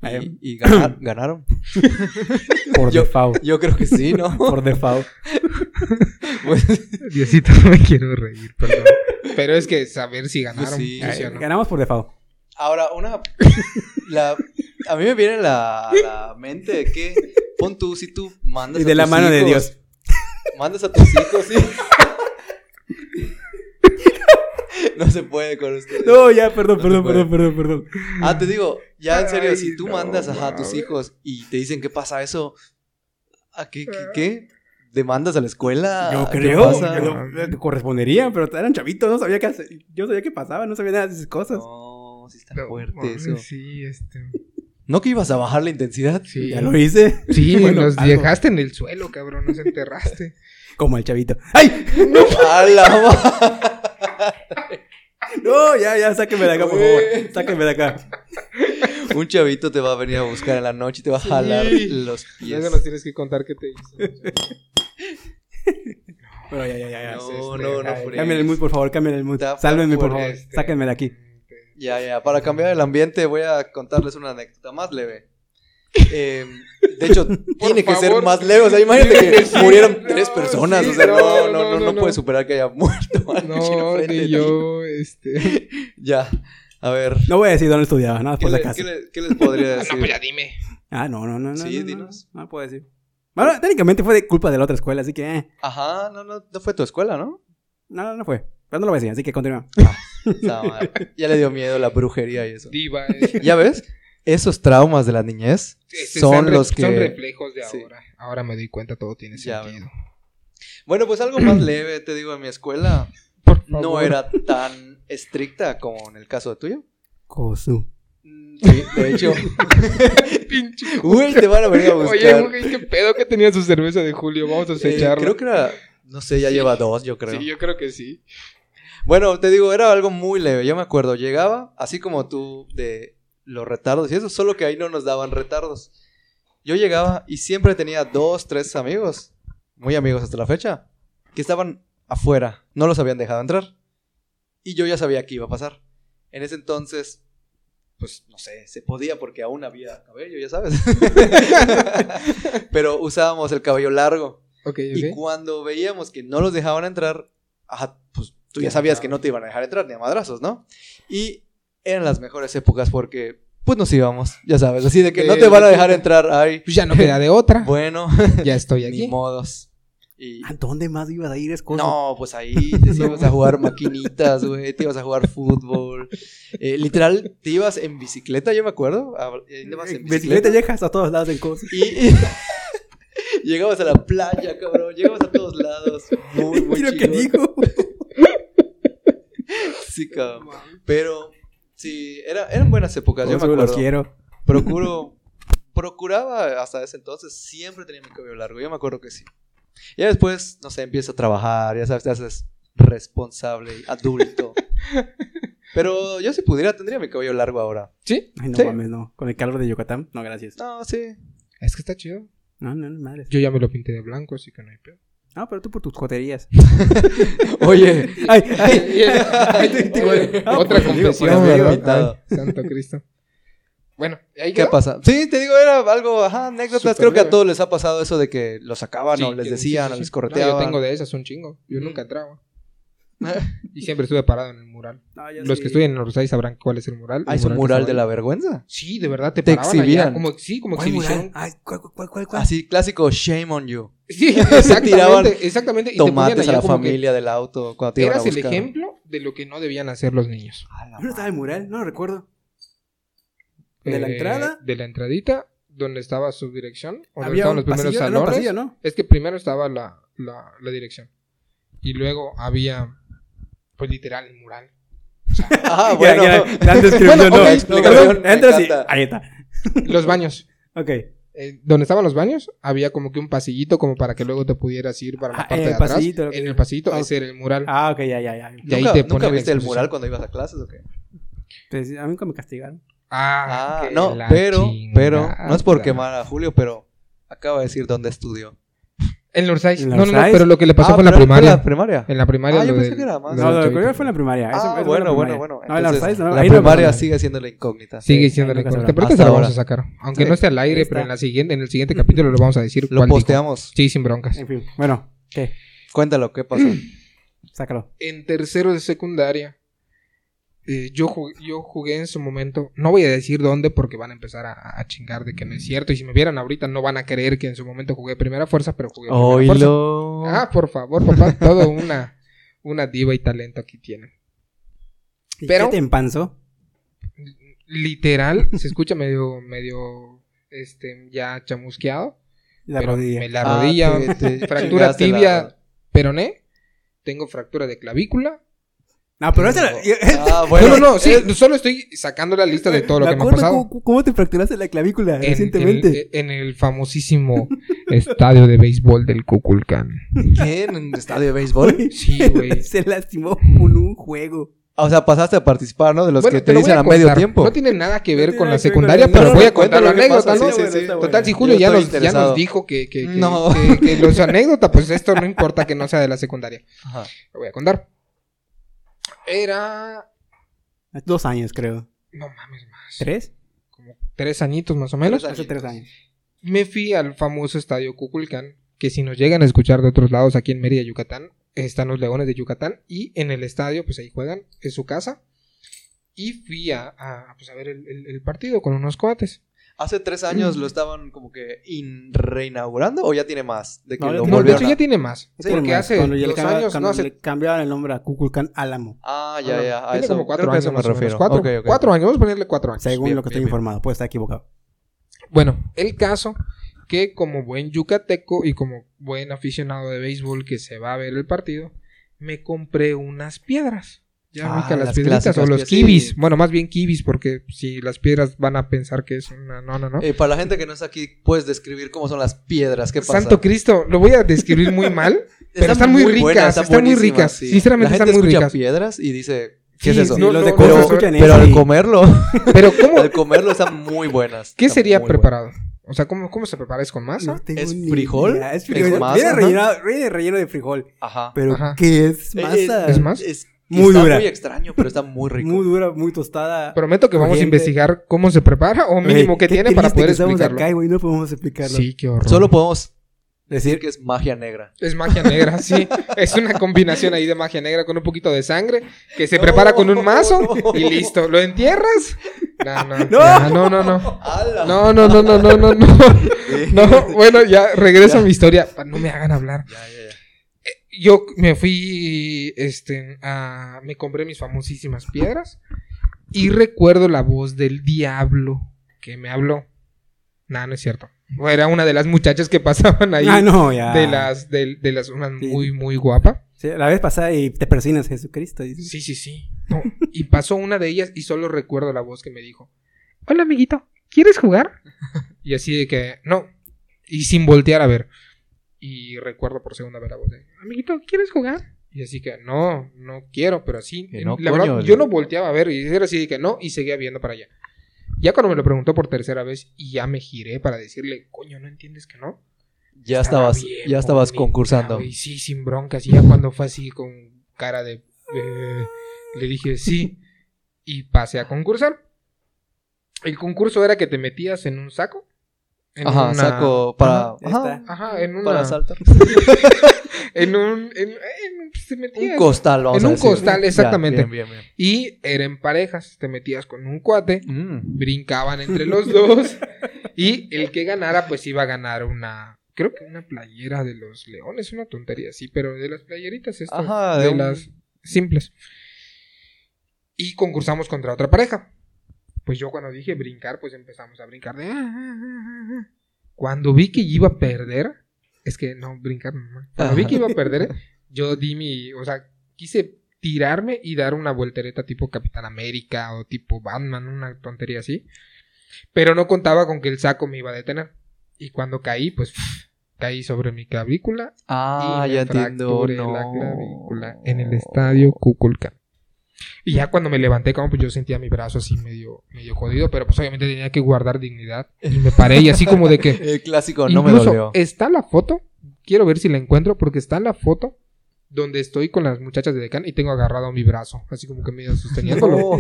[SPEAKER 1] Sí,
[SPEAKER 3] *laughs*
[SPEAKER 1] em.
[SPEAKER 3] ¿y, y ganar- *clears throat* ganaron?
[SPEAKER 1] por
[SPEAKER 3] yo-
[SPEAKER 1] default.
[SPEAKER 3] Yo creo que sí,
[SPEAKER 1] *laughs*
[SPEAKER 3] ¿no? *laughs*
[SPEAKER 1] Por default.
[SPEAKER 3] Pues,
[SPEAKER 2] Diosito, *laughs* no me quiero reír, perdón. Pero es que saber si ganaron.
[SPEAKER 3] Pues sí.
[SPEAKER 2] sí, sí o no.
[SPEAKER 1] Ganamos por default.
[SPEAKER 3] *laughs* ahora, una... la- a mí me viene la, la mente de que Pon tú, si tú mandas
[SPEAKER 1] Y de la
[SPEAKER 3] tus
[SPEAKER 1] mano de
[SPEAKER 3] hijos-
[SPEAKER 1] Dios.
[SPEAKER 3] Mandas a tus hijos, sí. *laughs* no se puede con ustedes.
[SPEAKER 1] No, ya, perdón,
[SPEAKER 3] No se
[SPEAKER 1] perdón,
[SPEAKER 3] puede.
[SPEAKER 1] perdón, perdón, perdón.
[SPEAKER 3] Ah, te digo, ya en serio,
[SPEAKER 2] Ay,
[SPEAKER 3] si tú
[SPEAKER 2] no,
[SPEAKER 3] mandas ajá, a tus
[SPEAKER 2] mames.
[SPEAKER 3] hijos y te dicen qué pasa eso, ¿a qué,
[SPEAKER 2] Ah.
[SPEAKER 3] qué, qué? ¿Demandas a la escuela?
[SPEAKER 1] Yo
[SPEAKER 3] Ah, ¿Qué
[SPEAKER 1] creo,
[SPEAKER 3] pasa?
[SPEAKER 1] yo lo- lo correspondería, pero eran chavitos, no sabía qué hacer. Yo sabía qué pasaba, no sabía nada de esas cosas.
[SPEAKER 3] No, sí está
[SPEAKER 2] No,
[SPEAKER 3] fuerte
[SPEAKER 2] mames,
[SPEAKER 3] eso.
[SPEAKER 2] Sí, este.
[SPEAKER 3] ¿No que ibas a bajar la intensidad?
[SPEAKER 2] Sí,
[SPEAKER 1] Ya lo hice,
[SPEAKER 2] sí
[SPEAKER 1] Bueno,
[SPEAKER 2] nos
[SPEAKER 1] algo.
[SPEAKER 2] dejaste en el suelo, cabrón. Nos enterraste.
[SPEAKER 1] como el chavito. ¡Ay!
[SPEAKER 3] *laughs* ¡A la ma-
[SPEAKER 1] No, ya, ya, sáquenme de acá, por favor.
[SPEAKER 3] *laughs* Güey.
[SPEAKER 1] Sáquenme de acá.
[SPEAKER 3] Un chavito te va a venir a buscar en la noche y te va a
[SPEAKER 2] Sí.
[SPEAKER 3] jalar los
[SPEAKER 2] Y
[SPEAKER 3] pies.
[SPEAKER 2] eso nos tienes que contar qué te hizo.
[SPEAKER 1] Pero ya, ya, ya. ya.
[SPEAKER 3] No,
[SPEAKER 2] Este,
[SPEAKER 3] no, no,
[SPEAKER 2] ay,
[SPEAKER 3] fregues.
[SPEAKER 1] Cámbienle el mood, por favor, cámbienle el mood.
[SPEAKER 3] Está
[SPEAKER 1] Sálvenme, por
[SPEAKER 3] fuerte,
[SPEAKER 1] favor.
[SPEAKER 2] este.
[SPEAKER 1] Sáquenme de aquí.
[SPEAKER 3] Ya, ya, para cambiar
[SPEAKER 2] *laughs*
[SPEAKER 3] el ambiente voy a contarles una anécdota más leve. Eh, de hecho, tiene que ser
[SPEAKER 2] favor.
[SPEAKER 3] más leve. O sea, imagínate que
[SPEAKER 2] Sí,
[SPEAKER 3] murieron
[SPEAKER 2] no,
[SPEAKER 3] tres personas.
[SPEAKER 2] sí,
[SPEAKER 3] o sea, no, no, no, no,
[SPEAKER 2] no, no.
[SPEAKER 3] puedes superar que haya muerto *laughs* alguien
[SPEAKER 2] No,
[SPEAKER 3] enfrente de
[SPEAKER 2] ni
[SPEAKER 3] ti.
[SPEAKER 2] yo, este.
[SPEAKER 3] *laughs* Ya, a ver.
[SPEAKER 1] No voy a decir dónde estudiaba, nada,
[SPEAKER 3] ¿Qué,
[SPEAKER 1] por si
[SPEAKER 3] le-
[SPEAKER 1] acaso.
[SPEAKER 3] qué le- qué les *laughs* podría
[SPEAKER 2] Ah, no, pues ya
[SPEAKER 3] decir?
[SPEAKER 2] dime.
[SPEAKER 1] Ah, no, no, no, no.
[SPEAKER 3] Sí,
[SPEAKER 1] no, no,
[SPEAKER 3] dinos.
[SPEAKER 1] No, no puedo decir. Bueno, técnicamente fue de culpa de la otra escuela, así que. eh,
[SPEAKER 3] Ajá, no, no, no fue tu escuela, ¿no?
[SPEAKER 1] no, no fue. Pero no lo voy a decir, así que continúa.
[SPEAKER 3] Esa madre. ya le dio miedo la brujería y eso.
[SPEAKER 2] *laughs* Diva. este,
[SPEAKER 3] ¿Ya ves? Esos traumas de la niñez
[SPEAKER 2] este,
[SPEAKER 3] son
[SPEAKER 2] re-
[SPEAKER 3] los que...
[SPEAKER 2] Son reflejos de
[SPEAKER 3] Sí.
[SPEAKER 2] ahora. Ahora me doy cuenta, todo tiene
[SPEAKER 3] Ya veo.
[SPEAKER 2] sentido.
[SPEAKER 3] Bueno, pues algo
[SPEAKER 2] *clears throat*
[SPEAKER 3] más leve, te digo, en mi escuela
[SPEAKER 2] Por
[SPEAKER 3] no
[SPEAKER 2] favor.
[SPEAKER 3] era tan estricta como en el caso de tuyo.
[SPEAKER 1] Cosu.
[SPEAKER 3] Mm, Sí, de hecho.
[SPEAKER 2] *laughs* Pinche.
[SPEAKER 3] *laughs* Uy, te van a venir a
[SPEAKER 2] *laughs* Oye,
[SPEAKER 3] buscar.
[SPEAKER 2] güey, qué pedo que tenía su cerveza de julio. Vamos a
[SPEAKER 3] Eh,
[SPEAKER 2] acecharla.
[SPEAKER 3] creo que era. No sé, ya lleva dos, yo creo.
[SPEAKER 2] Sí, yo creo que sí.
[SPEAKER 3] Bueno, te digo, era algo muy leve. Yo me acuerdo, llegaba, así como tú, de los retardos y eso, solo que ahí no nos daban retardos. Yo llegaba y siempre tenía dos, tres amigos, muy amigos hasta la fecha, que estaban afuera, no los habían dejado entrar. Y yo ya sabía que iba a pasar. En ese entonces, pues no sé, se podía porque aún había cabello, ya sabes. *laughs* Pero usábamos el cabello largo.
[SPEAKER 2] Ok,
[SPEAKER 3] Y
[SPEAKER 2] ok.
[SPEAKER 3] cuando veíamos que no los dejaban entrar, ajá, pues tú ya sabías que no te iban a dejar entrar ni a madrazos, ¿no? Y eran las mejores épocas porque, pues nos íbamos, ya sabes, así de que no
[SPEAKER 2] De-
[SPEAKER 3] te van a
[SPEAKER 2] de-
[SPEAKER 3] dejar entrar, ay,
[SPEAKER 2] Pues ya no queda de otra.
[SPEAKER 3] *laughs* bueno,
[SPEAKER 2] ya estoy
[SPEAKER 3] ni
[SPEAKER 2] aquí.
[SPEAKER 3] modos. Y
[SPEAKER 1] ¿A dónde más ibas a ir, es Cosu?
[SPEAKER 3] Ah, *laughs* no, pues ahí te ibas a jugar maquinitas, güey, te ibas a jugar fútbol. Eh, literal, te ibas en bicicleta, yo me acuerdo. a- eh, te ibas
[SPEAKER 1] Eh,
[SPEAKER 3] en
[SPEAKER 1] Bicicleta llegas a todos lados en Cosu.
[SPEAKER 3] y, *laughs* llegabas a la playa, cabrón. Llegabas a todos lados. Muy, muy
[SPEAKER 1] ¿Qué lo que
[SPEAKER 3] chingón.
[SPEAKER 1] digo?
[SPEAKER 3] Pues Sí, cabrón. Pero sí, era, eran buenas épocas, yo me
[SPEAKER 1] Cosu, los
[SPEAKER 3] acuerdo.
[SPEAKER 1] quiero.
[SPEAKER 3] Procuro, procuraba hasta ese entonces, siempre tenía mi cabello largo, yo me acuerdo que sí. Ya después, no sé, empiezo a trabajar, ya sabes, te haces responsable,
[SPEAKER 1] *laughs*
[SPEAKER 3] adulto. Pero yo si pudiera tendría mi cabello largo ahora.
[SPEAKER 2] ¿Sí?
[SPEAKER 1] Ay, no
[SPEAKER 3] Sí.
[SPEAKER 1] mames, no. Con el calvo de Yucatán, no, gracias.
[SPEAKER 3] No, sí.
[SPEAKER 2] Es que está chido.
[SPEAKER 1] No, no, no, madre.
[SPEAKER 2] Yo ya me lo pinté de blanco, así que no hay pedo.
[SPEAKER 1] No, pero tú por tus
[SPEAKER 2] *laughs*
[SPEAKER 1] joterías.
[SPEAKER 3] Oye,
[SPEAKER 1] Ay, ay.
[SPEAKER 2] Ay, te- te-
[SPEAKER 1] Oye, ah,
[SPEAKER 2] Otra
[SPEAKER 1] pues, digo,
[SPEAKER 2] confesión,
[SPEAKER 3] pues, había
[SPEAKER 2] ¿verdad?
[SPEAKER 3] invitado.
[SPEAKER 2] Ay, Santo Cristo. Bueno, ahí
[SPEAKER 3] ¿Qué
[SPEAKER 2] quedó.
[SPEAKER 3] pasa? Sí, te digo, era algo, ajá, anécdotas.
[SPEAKER 2] Súper
[SPEAKER 3] Creo que a
[SPEAKER 2] leve.
[SPEAKER 3] todos les ha pasado eso de que los sacaban
[SPEAKER 2] Sí,
[SPEAKER 3] o les
[SPEAKER 2] que-
[SPEAKER 3] decían
[SPEAKER 2] sí, sí,
[SPEAKER 3] o
[SPEAKER 2] sí.
[SPEAKER 3] les
[SPEAKER 2] No,
[SPEAKER 3] corteaban.
[SPEAKER 2] yo tengo de esas un chingo. Yo
[SPEAKER 3] Mm. *laughs*
[SPEAKER 2] nunca trago. y siempre estuve parado en el mural.
[SPEAKER 1] No, yo
[SPEAKER 2] Los
[SPEAKER 1] sí.
[SPEAKER 2] que estudian en Orsay sabrán cuál es el mural.
[SPEAKER 3] Ah,
[SPEAKER 2] El
[SPEAKER 3] es un
[SPEAKER 2] que
[SPEAKER 3] mural
[SPEAKER 2] estaba
[SPEAKER 3] de
[SPEAKER 2] ahí.
[SPEAKER 3] la vergüenza.
[SPEAKER 2] Sí, de verdad, te,
[SPEAKER 3] Te
[SPEAKER 2] paraban allá,
[SPEAKER 3] exhibían. Ah.
[SPEAKER 2] Como, sí, como
[SPEAKER 1] ¿Cuál mural?
[SPEAKER 2] exhibición.
[SPEAKER 1] Ay, ¿cuál, cuál, cuál, cuál? cuál?
[SPEAKER 3] Así, clásico, shame on you. *laughs*
[SPEAKER 2] Sí, *laughs*
[SPEAKER 3] tiraban
[SPEAKER 2] exactamente. exactamente. Y te ponían
[SPEAKER 3] Tomates a
[SPEAKER 2] allá
[SPEAKER 3] la
[SPEAKER 2] como que
[SPEAKER 3] familia del auto cuando te iban a
[SPEAKER 2] Eras el
[SPEAKER 3] buscar.
[SPEAKER 2] ejemplo de lo que no debían hacer los niños.
[SPEAKER 3] A la
[SPEAKER 1] ¿No estaba el
[SPEAKER 3] madre.
[SPEAKER 1] mural? No lo recuerdo. ¿De la
[SPEAKER 2] Eh,
[SPEAKER 1] entrada?
[SPEAKER 2] De la entradita, donde estaba su dirección. o Donde
[SPEAKER 1] Había un
[SPEAKER 2] estaban los primeros
[SPEAKER 1] pasillo, era un
[SPEAKER 2] salones.
[SPEAKER 1] pasillo, ¿no?
[SPEAKER 2] Es que primero estaba la, la, la dirección. Y luego había, pues literal, el mural.
[SPEAKER 3] Ah,
[SPEAKER 1] Ya,
[SPEAKER 3] bueno.
[SPEAKER 1] ya, gran descripción,
[SPEAKER 2] Bueno,
[SPEAKER 1] no.
[SPEAKER 2] ok,
[SPEAKER 1] Explicación,
[SPEAKER 3] me
[SPEAKER 1] entras y...
[SPEAKER 3] encanta.
[SPEAKER 1] Ahí está.
[SPEAKER 2] Los baños.
[SPEAKER 1] Ok.
[SPEAKER 2] Eh, donde estaban los baños, había como que un pasillito como para que luego te pudieras ir para la
[SPEAKER 1] Ah,
[SPEAKER 2] parte
[SPEAKER 1] en
[SPEAKER 2] de
[SPEAKER 1] el
[SPEAKER 2] atrás.
[SPEAKER 1] pasillito, lo que-
[SPEAKER 2] en el pasillito,
[SPEAKER 1] Ah,
[SPEAKER 2] ese era el mural.
[SPEAKER 1] Ah, ok, ya, ya, ya.
[SPEAKER 2] Y ahí
[SPEAKER 3] ¿Nunca,
[SPEAKER 2] te
[SPEAKER 3] nunca
[SPEAKER 2] ponen
[SPEAKER 3] viste el
[SPEAKER 2] exposición.
[SPEAKER 3] mural cuando ibas a clases o qué?
[SPEAKER 1] Pues, a mí nunca me castigaron.
[SPEAKER 2] Ah,
[SPEAKER 3] Ah,
[SPEAKER 2] que
[SPEAKER 3] no,
[SPEAKER 2] la
[SPEAKER 3] pero, pero, no es por
[SPEAKER 2] chingada.
[SPEAKER 3] quemar a Julio, pero acaba de decir dónde estudió.
[SPEAKER 2] En los
[SPEAKER 1] En
[SPEAKER 2] No, no, no,
[SPEAKER 1] Orsay.
[SPEAKER 2] pero lo que le pasó
[SPEAKER 3] Ah,
[SPEAKER 2] fue en la
[SPEAKER 3] pero fue
[SPEAKER 2] primaria.
[SPEAKER 3] la primaria.
[SPEAKER 2] En la primaria.
[SPEAKER 3] Ah, yo
[SPEAKER 2] lo
[SPEAKER 3] pensé
[SPEAKER 2] del-
[SPEAKER 3] que era más.
[SPEAKER 2] lo
[SPEAKER 1] No,
[SPEAKER 3] Ah,
[SPEAKER 2] del
[SPEAKER 1] lo que
[SPEAKER 2] chavito.
[SPEAKER 1] recuerdo fue en la primaria. eso- eso
[SPEAKER 3] Ah,
[SPEAKER 1] fue en la
[SPEAKER 3] bueno, bueno,
[SPEAKER 1] primaria.
[SPEAKER 3] bueno.
[SPEAKER 1] No, en la
[SPEAKER 3] Entonces,
[SPEAKER 1] Orsay, no, ahí
[SPEAKER 3] la
[SPEAKER 1] no fue en
[SPEAKER 3] primaria
[SPEAKER 1] primaria.
[SPEAKER 3] sigue siendo la incógnita.
[SPEAKER 2] Sigue
[SPEAKER 1] Sí,
[SPEAKER 2] siendo
[SPEAKER 1] nunca
[SPEAKER 2] la
[SPEAKER 1] se
[SPEAKER 2] correcta.
[SPEAKER 1] habló.
[SPEAKER 2] Pero ahorita
[SPEAKER 3] Hasta
[SPEAKER 2] se la vamos a
[SPEAKER 3] ahora.
[SPEAKER 2] sacar. Aunque
[SPEAKER 3] Sí.
[SPEAKER 2] no esté al
[SPEAKER 1] Ahí
[SPEAKER 2] aire,
[SPEAKER 1] está.
[SPEAKER 2] pero en, la siguiente, en el siguiente capítulo lo vamos a decir.
[SPEAKER 3] Lo
[SPEAKER 2] cuál dijo.
[SPEAKER 3] posteamos.
[SPEAKER 2] Sí, sin broncas.
[SPEAKER 1] En fin, bueno, ¿qué?
[SPEAKER 3] Cuéntalo, ¿qué pasó?
[SPEAKER 1] Sácalo.
[SPEAKER 2] En tercero de secundaria, eh, yo, ju- yo jugué en su momento, no voy a decir dónde porque van a empezar a, a chingar de que
[SPEAKER 3] Mm.
[SPEAKER 2] no es cierto. Y si me vieran ahorita no van a creer que en su momento jugué primera fuerza, pero jugué primera fuerza.
[SPEAKER 4] Oilo.
[SPEAKER 2] Ah, por favor, papá, todo una, una diva y talento aquí tienen.
[SPEAKER 1] ¿Y
[SPEAKER 2] Pero-
[SPEAKER 1] qué te empanzó?
[SPEAKER 2] Literal, se escucha medio, medio, este, ya chamusqueado.
[SPEAKER 1] La
[SPEAKER 2] pero
[SPEAKER 1] rodilla.
[SPEAKER 2] me- la
[SPEAKER 3] Ah,
[SPEAKER 2] rodilla,
[SPEAKER 3] te- te
[SPEAKER 2] fractura
[SPEAKER 3] chingaste la-
[SPEAKER 2] tibia, peroné, tengo fractura de clavícula.
[SPEAKER 1] No, pero esa...
[SPEAKER 2] No.
[SPEAKER 3] Ah,
[SPEAKER 2] no,
[SPEAKER 3] bueno.
[SPEAKER 2] no, no, *laughs* sí, eh, solo estoy sacando la lista de todo lo
[SPEAKER 1] Me
[SPEAKER 2] que me ha
[SPEAKER 1] acuerdo
[SPEAKER 2] pasado.
[SPEAKER 1] ¿Cómo, cómo te fracturaste la clavícula
[SPEAKER 2] en-
[SPEAKER 1] recientemente?
[SPEAKER 2] En, en el eh, famosísimo *laughs* estadio de béisbol del Cuculcán.
[SPEAKER 4] ¿Quién? ¿En el estadio de béisbol?
[SPEAKER 2] Sí,
[SPEAKER 1] *laughs*
[SPEAKER 2] güey.
[SPEAKER 1] Se lastimó en un juego.
[SPEAKER 3] O sea, pasaste a participar, ¿no? De los
[SPEAKER 2] Bueno,
[SPEAKER 3] que te,
[SPEAKER 2] lo voy
[SPEAKER 3] dicen a,
[SPEAKER 2] contar.
[SPEAKER 3] medio tiempo.
[SPEAKER 2] No tiene nada que
[SPEAKER 1] No
[SPEAKER 2] ver
[SPEAKER 1] tiene
[SPEAKER 2] con la
[SPEAKER 1] nada que ver
[SPEAKER 2] secundaria,
[SPEAKER 1] con la-
[SPEAKER 2] pero
[SPEAKER 1] no,
[SPEAKER 2] voy a
[SPEAKER 1] no,
[SPEAKER 2] contar la
[SPEAKER 3] cuéntalo, ¿qué
[SPEAKER 2] anécdota,
[SPEAKER 3] pasa? Sí,
[SPEAKER 2] ¿no?
[SPEAKER 3] sí, sí.
[SPEAKER 1] Está bueno.
[SPEAKER 2] Total, si Julio
[SPEAKER 3] Yo
[SPEAKER 2] ya
[SPEAKER 3] estoy
[SPEAKER 2] nos, ya
[SPEAKER 3] interesado.
[SPEAKER 2] nos dijo que, que, que,
[SPEAKER 3] No.
[SPEAKER 2] que-
[SPEAKER 3] *laughs*
[SPEAKER 2] que lo- su anécdota, pues esto no importa que no sea de la secundaria.
[SPEAKER 3] Ajá.
[SPEAKER 2] Lo voy a contar. Era.
[SPEAKER 1] Dos años, creo.
[SPEAKER 2] No mames, más.
[SPEAKER 1] ¿Tres?
[SPEAKER 2] Como tres añitos más o menos.
[SPEAKER 3] Tres
[SPEAKER 1] Hace tres años.
[SPEAKER 2] me fui al famoso estadio Cuculcán, que si nos llegan a escuchar de otros lados aquí en Mérida, Yucatán, están los Leones de Yucatán y en el estadio, pues ahí juegan, es su casa. Y fui a, a, pues, a ver el, el- el partido con unos coates.
[SPEAKER 3] Hace tres años lo estaban como que in- reinaugurando o ya tiene más de que
[SPEAKER 1] No, ya
[SPEAKER 3] lo
[SPEAKER 1] tiene
[SPEAKER 2] No, de
[SPEAKER 3] volvieron
[SPEAKER 2] hecho
[SPEAKER 3] a-
[SPEAKER 2] ya tiene más,
[SPEAKER 1] Sí,
[SPEAKER 2] porque
[SPEAKER 1] más,
[SPEAKER 2] hace
[SPEAKER 1] cuando ya le
[SPEAKER 2] dos
[SPEAKER 1] cambiaba-
[SPEAKER 2] años,
[SPEAKER 1] cuando
[SPEAKER 2] no hace...
[SPEAKER 1] le cambiaron el nombre a Kukulkan Álamo.
[SPEAKER 3] Ah, ya,
[SPEAKER 2] no,
[SPEAKER 3] ya. A
[SPEAKER 2] tiene
[SPEAKER 3] eso,
[SPEAKER 2] como cuatro
[SPEAKER 3] creo que a
[SPEAKER 2] años
[SPEAKER 3] eso me
[SPEAKER 2] más o menos,
[SPEAKER 3] refiero.
[SPEAKER 2] Cuatro,
[SPEAKER 3] Ok, ok.
[SPEAKER 2] cuatro años, vamos a ponerle cuatro años.
[SPEAKER 1] Según
[SPEAKER 3] bien,
[SPEAKER 1] lo que
[SPEAKER 3] bien,
[SPEAKER 1] estoy
[SPEAKER 3] bien.
[SPEAKER 1] informado, puede estar equivocado.
[SPEAKER 2] Bueno, el caso que como buen yucateco y como buen aficionado de béisbol que se va a ver el partido, me compré unas piedras. Ya
[SPEAKER 3] Ah,
[SPEAKER 2] ubica las,
[SPEAKER 3] las
[SPEAKER 2] piedritas o
[SPEAKER 3] clásicas
[SPEAKER 2] los
[SPEAKER 3] piedras.
[SPEAKER 2] kibis.
[SPEAKER 3] Sí.
[SPEAKER 2] Bueno, más bien kibis porque si las piedras van a pensar que es una... No, no, no.
[SPEAKER 3] Eh, para la gente que no está aquí, puedes describir cómo son las piedras. ¿Qué pasa?
[SPEAKER 2] Santo Cristo, lo voy a describir muy mal, pero están muy ricas,
[SPEAKER 3] buenas,
[SPEAKER 2] están muy
[SPEAKER 3] buenísimas,
[SPEAKER 2] ricas.
[SPEAKER 3] sí.
[SPEAKER 2] Sinceramente
[SPEAKER 3] la gente
[SPEAKER 2] están muy
[SPEAKER 3] escucha
[SPEAKER 2] ricas.
[SPEAKER 3] piedras y dice, ¿qué
[SPEAKER 2] Sí,
[SPEAKER 3] es eso?
[SPEAKER 2] No,
[SPEAKER 1] y los
[SPEAKER 2] no,
[SPEAKER 1] de
[SPEAKER 2] no,
[SPEAKER 1] Cuba
[SPEAKER 2] no,
[SPEAKER 1] escuchan
[SPEAKER 3] pero
[SPEAKER 1] eso
[SPEAKER 3] al
[SPEAKER 1] y-
[SPEAKER 3] comerlo, *laughs*
[SPEAKER 2] Pero ¿cómo?
[SPEAKER 3] al comerlo están muy buenas.
[SPEAKER 2] ¿Qué
[SPEAKER 3] están
[SPEAKER 2] sería
[SPEAKER 3] muy
[SPEAKER 2] preparado? O sea, ¿cómo, cómo se prepara? ¿Es con masa?
[SPEAKER 1] No tengo
[SPEAKER 3] ¿Es
[SPEAKER 1] ni
[SPEAKER 3] frijol?
[SPEAKER 1] idea. Es
[SPEAKER 3] ¿Es
[SPEAKER 1] frijol.
[SPEAKER 3] masa?
[SPEAKER 1] Viene
[SPEAKER 3] Ajá.
[SPEAKER 1] relleno, viene relleno de frijol.
[SPEAKER 3] buenas. Ajá.
[SPEAKER 1] Pero
[SPEAKER 2] Ajá.
[SPEAKER 1] ¿qué es
[SPEAKER 3] Eh,
[SPEAKER 1] masa?
[SPEAKER 2] es más-
[SPEAKER 3] Es
[SPEAKER 1] Muy
[SPEAKER 3] está
[SPEAKER 1] dura.
[SPEAKER 3] muy extraño, pero está muy rico.
[SPEAKER 1] Muy dura, muy tostada.
[SPEAKER 2] Prometo que vamos a
[SPEAKER 1] Corriente.
[SPEAKER 2] investigar cómo se prepara o
[SPEAKER 1] Güey,
[SPEAKER 2] mínimo qué tiene para
[SPEAKER 1] triste
[SPEAKER 2] poder
[SPEAKER 1] que estamos
[SPEAKER 2] explicarlo.
[SPEAKER 1] acá, güey, no podemos explicarlo.
[SPEAKER 2] Sí, qué horror.
[SPEAKER 3] Solo podemos decir
[SPEAKER 1] Decir
[SPEAKER 3] que es magia negra.
[SPEAKER 2] Es
[SPEAKER 1] *laughs*
[SPEAKER 2] magia negra, sí. Es una combinación ahí de magia negra con un poquito de sangre que se
[SPEAKER 3] No,
[SPEAKER 2] prepara con un mazo
[SPEAKER 3] no.
[SPEAKER 2] y listo. ¿Lo entierras? No, no,
[SPEAKER 1] *laughs* No.
[SPEAKER 2] ya, no,
[SPEAKER 3] *laughs*
[SPEAKER 2] no, no.
[SPEAKER 3] ¡Hala!
[SPEAKER 2] No, no, no, no, no, no, no. No, bueno, ya regreso a
[SPEAKER 3] Ya.
[SPEAKER 2] mi historia. Pa- No me hagan hablar.
[SPEAKER 3] Ya, ya, ya.
[SPEAKER 2] Yo me fui, este, a, me compré mis famosísimas piedras y recuerdo la voz del diablo que me habló. No, no es cierto. Era una de las muchachas que pasaban ahí.
[SPEAKER 1] Ah, no, ya.
[SPEAKER 2] De las, de, de las, una
[SPEAKER 1] Sí.
[SPEAKER 2] muy, muy guapa.
[SPEAKER 1] Sí, la vez pasada y te persignas Jesucristo. dices.
[SPEAKER 2] Sí, sí, sí. No, Y pasó una de ellas y solo recuerdo la voz que me dijo: Hola, amiguito, ¿quieres jugar? Y así de que, no. Y sin voltear a ver. Y recuerdo por segunda vez la voz de: Amiguito, ¿quieres jugar? Y así que, no, no quiero, pero así.
[SPEAKER 4] Que no,
[SPEAKER 2] la
[SPEAKER 4] coño,
[SPEAKER 2] verdad,
[SPEAKER 4] el-
[SPEAKER 2] yo no volteaba a ver. Y era así de que no, y seguía viendo para allá. Ya cuando me lo preguntó por tercera vez y ya me giré para decirle, coño, ¿no entiendes que no?
[SPEAKER 3] Ya
[SPEAKER 2] Estaba
[SPEAKER 3] estabas,
[SPEAKER 2] bien
[SPEAKER 3] ya estabas
[SPEAKER 2] bonita,
[SPEAKER 3] concursando.
[SPEAKER 2] güey, sí, sin broncas. Y ya cuando fue así con cara de... eh, le dije sí. Y pasé a concursar. El concurso era que te metías en un saco. en
[SPEAKER 3] Ajá,
[SPEAKER 2] una-
[SPEAKER 3] saco para.
[SPEAKER 1] Ya
[SPEAKER 3] ajá,
[SPEAKER 1] está.
[SPEAKER 2] Ajá, en una...
[SPEAKER 3] para saltar.
[SPEAKER 2] En un... En, en- se metías.
[SPEAKER 3] Un costal, vamos
[SPEAKER 2] En
[SPEAKER 3] a
[SPEAKER 2] un
[SPEAKER 3] decir.
[SPEAKER 2] costal,
[SPEAKER 3] Ya,
[SPEAKER 2] exactamente.
[SPEAKER 3] bien, bien,
[SPEAKER 2] Y era en parejas. Te metías con un cuate.
[SPEAKER 3] bien. Mm.
[SPEAKER 2] Brincaban entre los dos. y el que ganara, pues iba a ganar una... Creo que una playera de los leones, una tontería, sí, pero de las playeritas estas.
[SPEAKER 3] Ajá,
[SPEAKER 2] de
[SPEAKER 3] un-
[SPEAKER 2] las simples. Y concursamos contra otra pareja. Pues yo cuando dije brincar, pues empezamos a brincar de... "Ah, ah, ah, ah". Cuando vi que iba a perder, es que no, brincar, no, no. cuando vi
[SPEAKER 3] Ajá.
[SPEAKER 2] que iba a perder, yo di mi, o sea, quise tirarme y dar una voltereta tipo Capitán América o tipo Batman, una tontería así. Pero no contaba con que el saco me iba a detener. Y cuando caí, pues caí sobre mi clavícula
[SPEAKER 3] Ah,
[SPEAKER 2] y me
[SPEAKER 3] ya entiendo.
[SPEAKER 2] fracturé
[SPEAKER 3] No.
[SPEAKER 2] la clavícula en el estadio Cuculcán. Y ya cuando me levanté, como pues yo sentía mi brazo así medio, medio jodido, pero pues obviamente tenía que guardar dignidad. Y me paré y así como de que...
[SPEAKER 3] El Eh, clásico, *laughs* no
[SPEAKER 2] incluso
[SPEAKER 3] me dolió.
[SPEAKER 2] está la foto, quiero ver si la encuentro, porque está la foto donde estoy con las muchachas de Decán y tengo agarrado mi brazo, así como que medio sosteniéndolo.
[SPEAKER 3] *laughs*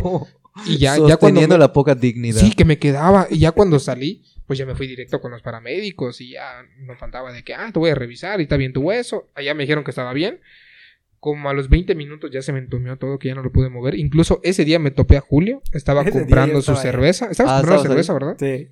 [SPEAKER 3] No.
[SPEAKER 2] Y ya, ya cuando...
[SPEAKER 3] Sosteniendo
[SPEAKER 2] me-
[SPEAKER 3] la poca dignidad.
[SPEAKER 2] Sí, que me quedaba. Y ya cuando salí, pues ya me fui directo con los paramédicos y ya no faltaba de que, ah, te voy a revisar y está bien tu hueso. Allá me dijeron que estaba bien. Como a los 20 minutos ya se me entumió todo, que ya no lo pude mover. Incluso ese día me topé a Julio. Estaba
[SPEAKER 1] Ese día yo
[SPEAKER 2] comprando su
[SPEAKER 1] estaba ahí.
[SPEAKER 2] cerveza. Estabas
[SPEAKER 5] Ah,
[SPEAKER 2] comprando
[SPEAKER 5] estabas
[SPEAKER 2] cerveza, ¿verdad?
[SPEAKER 1] Sí.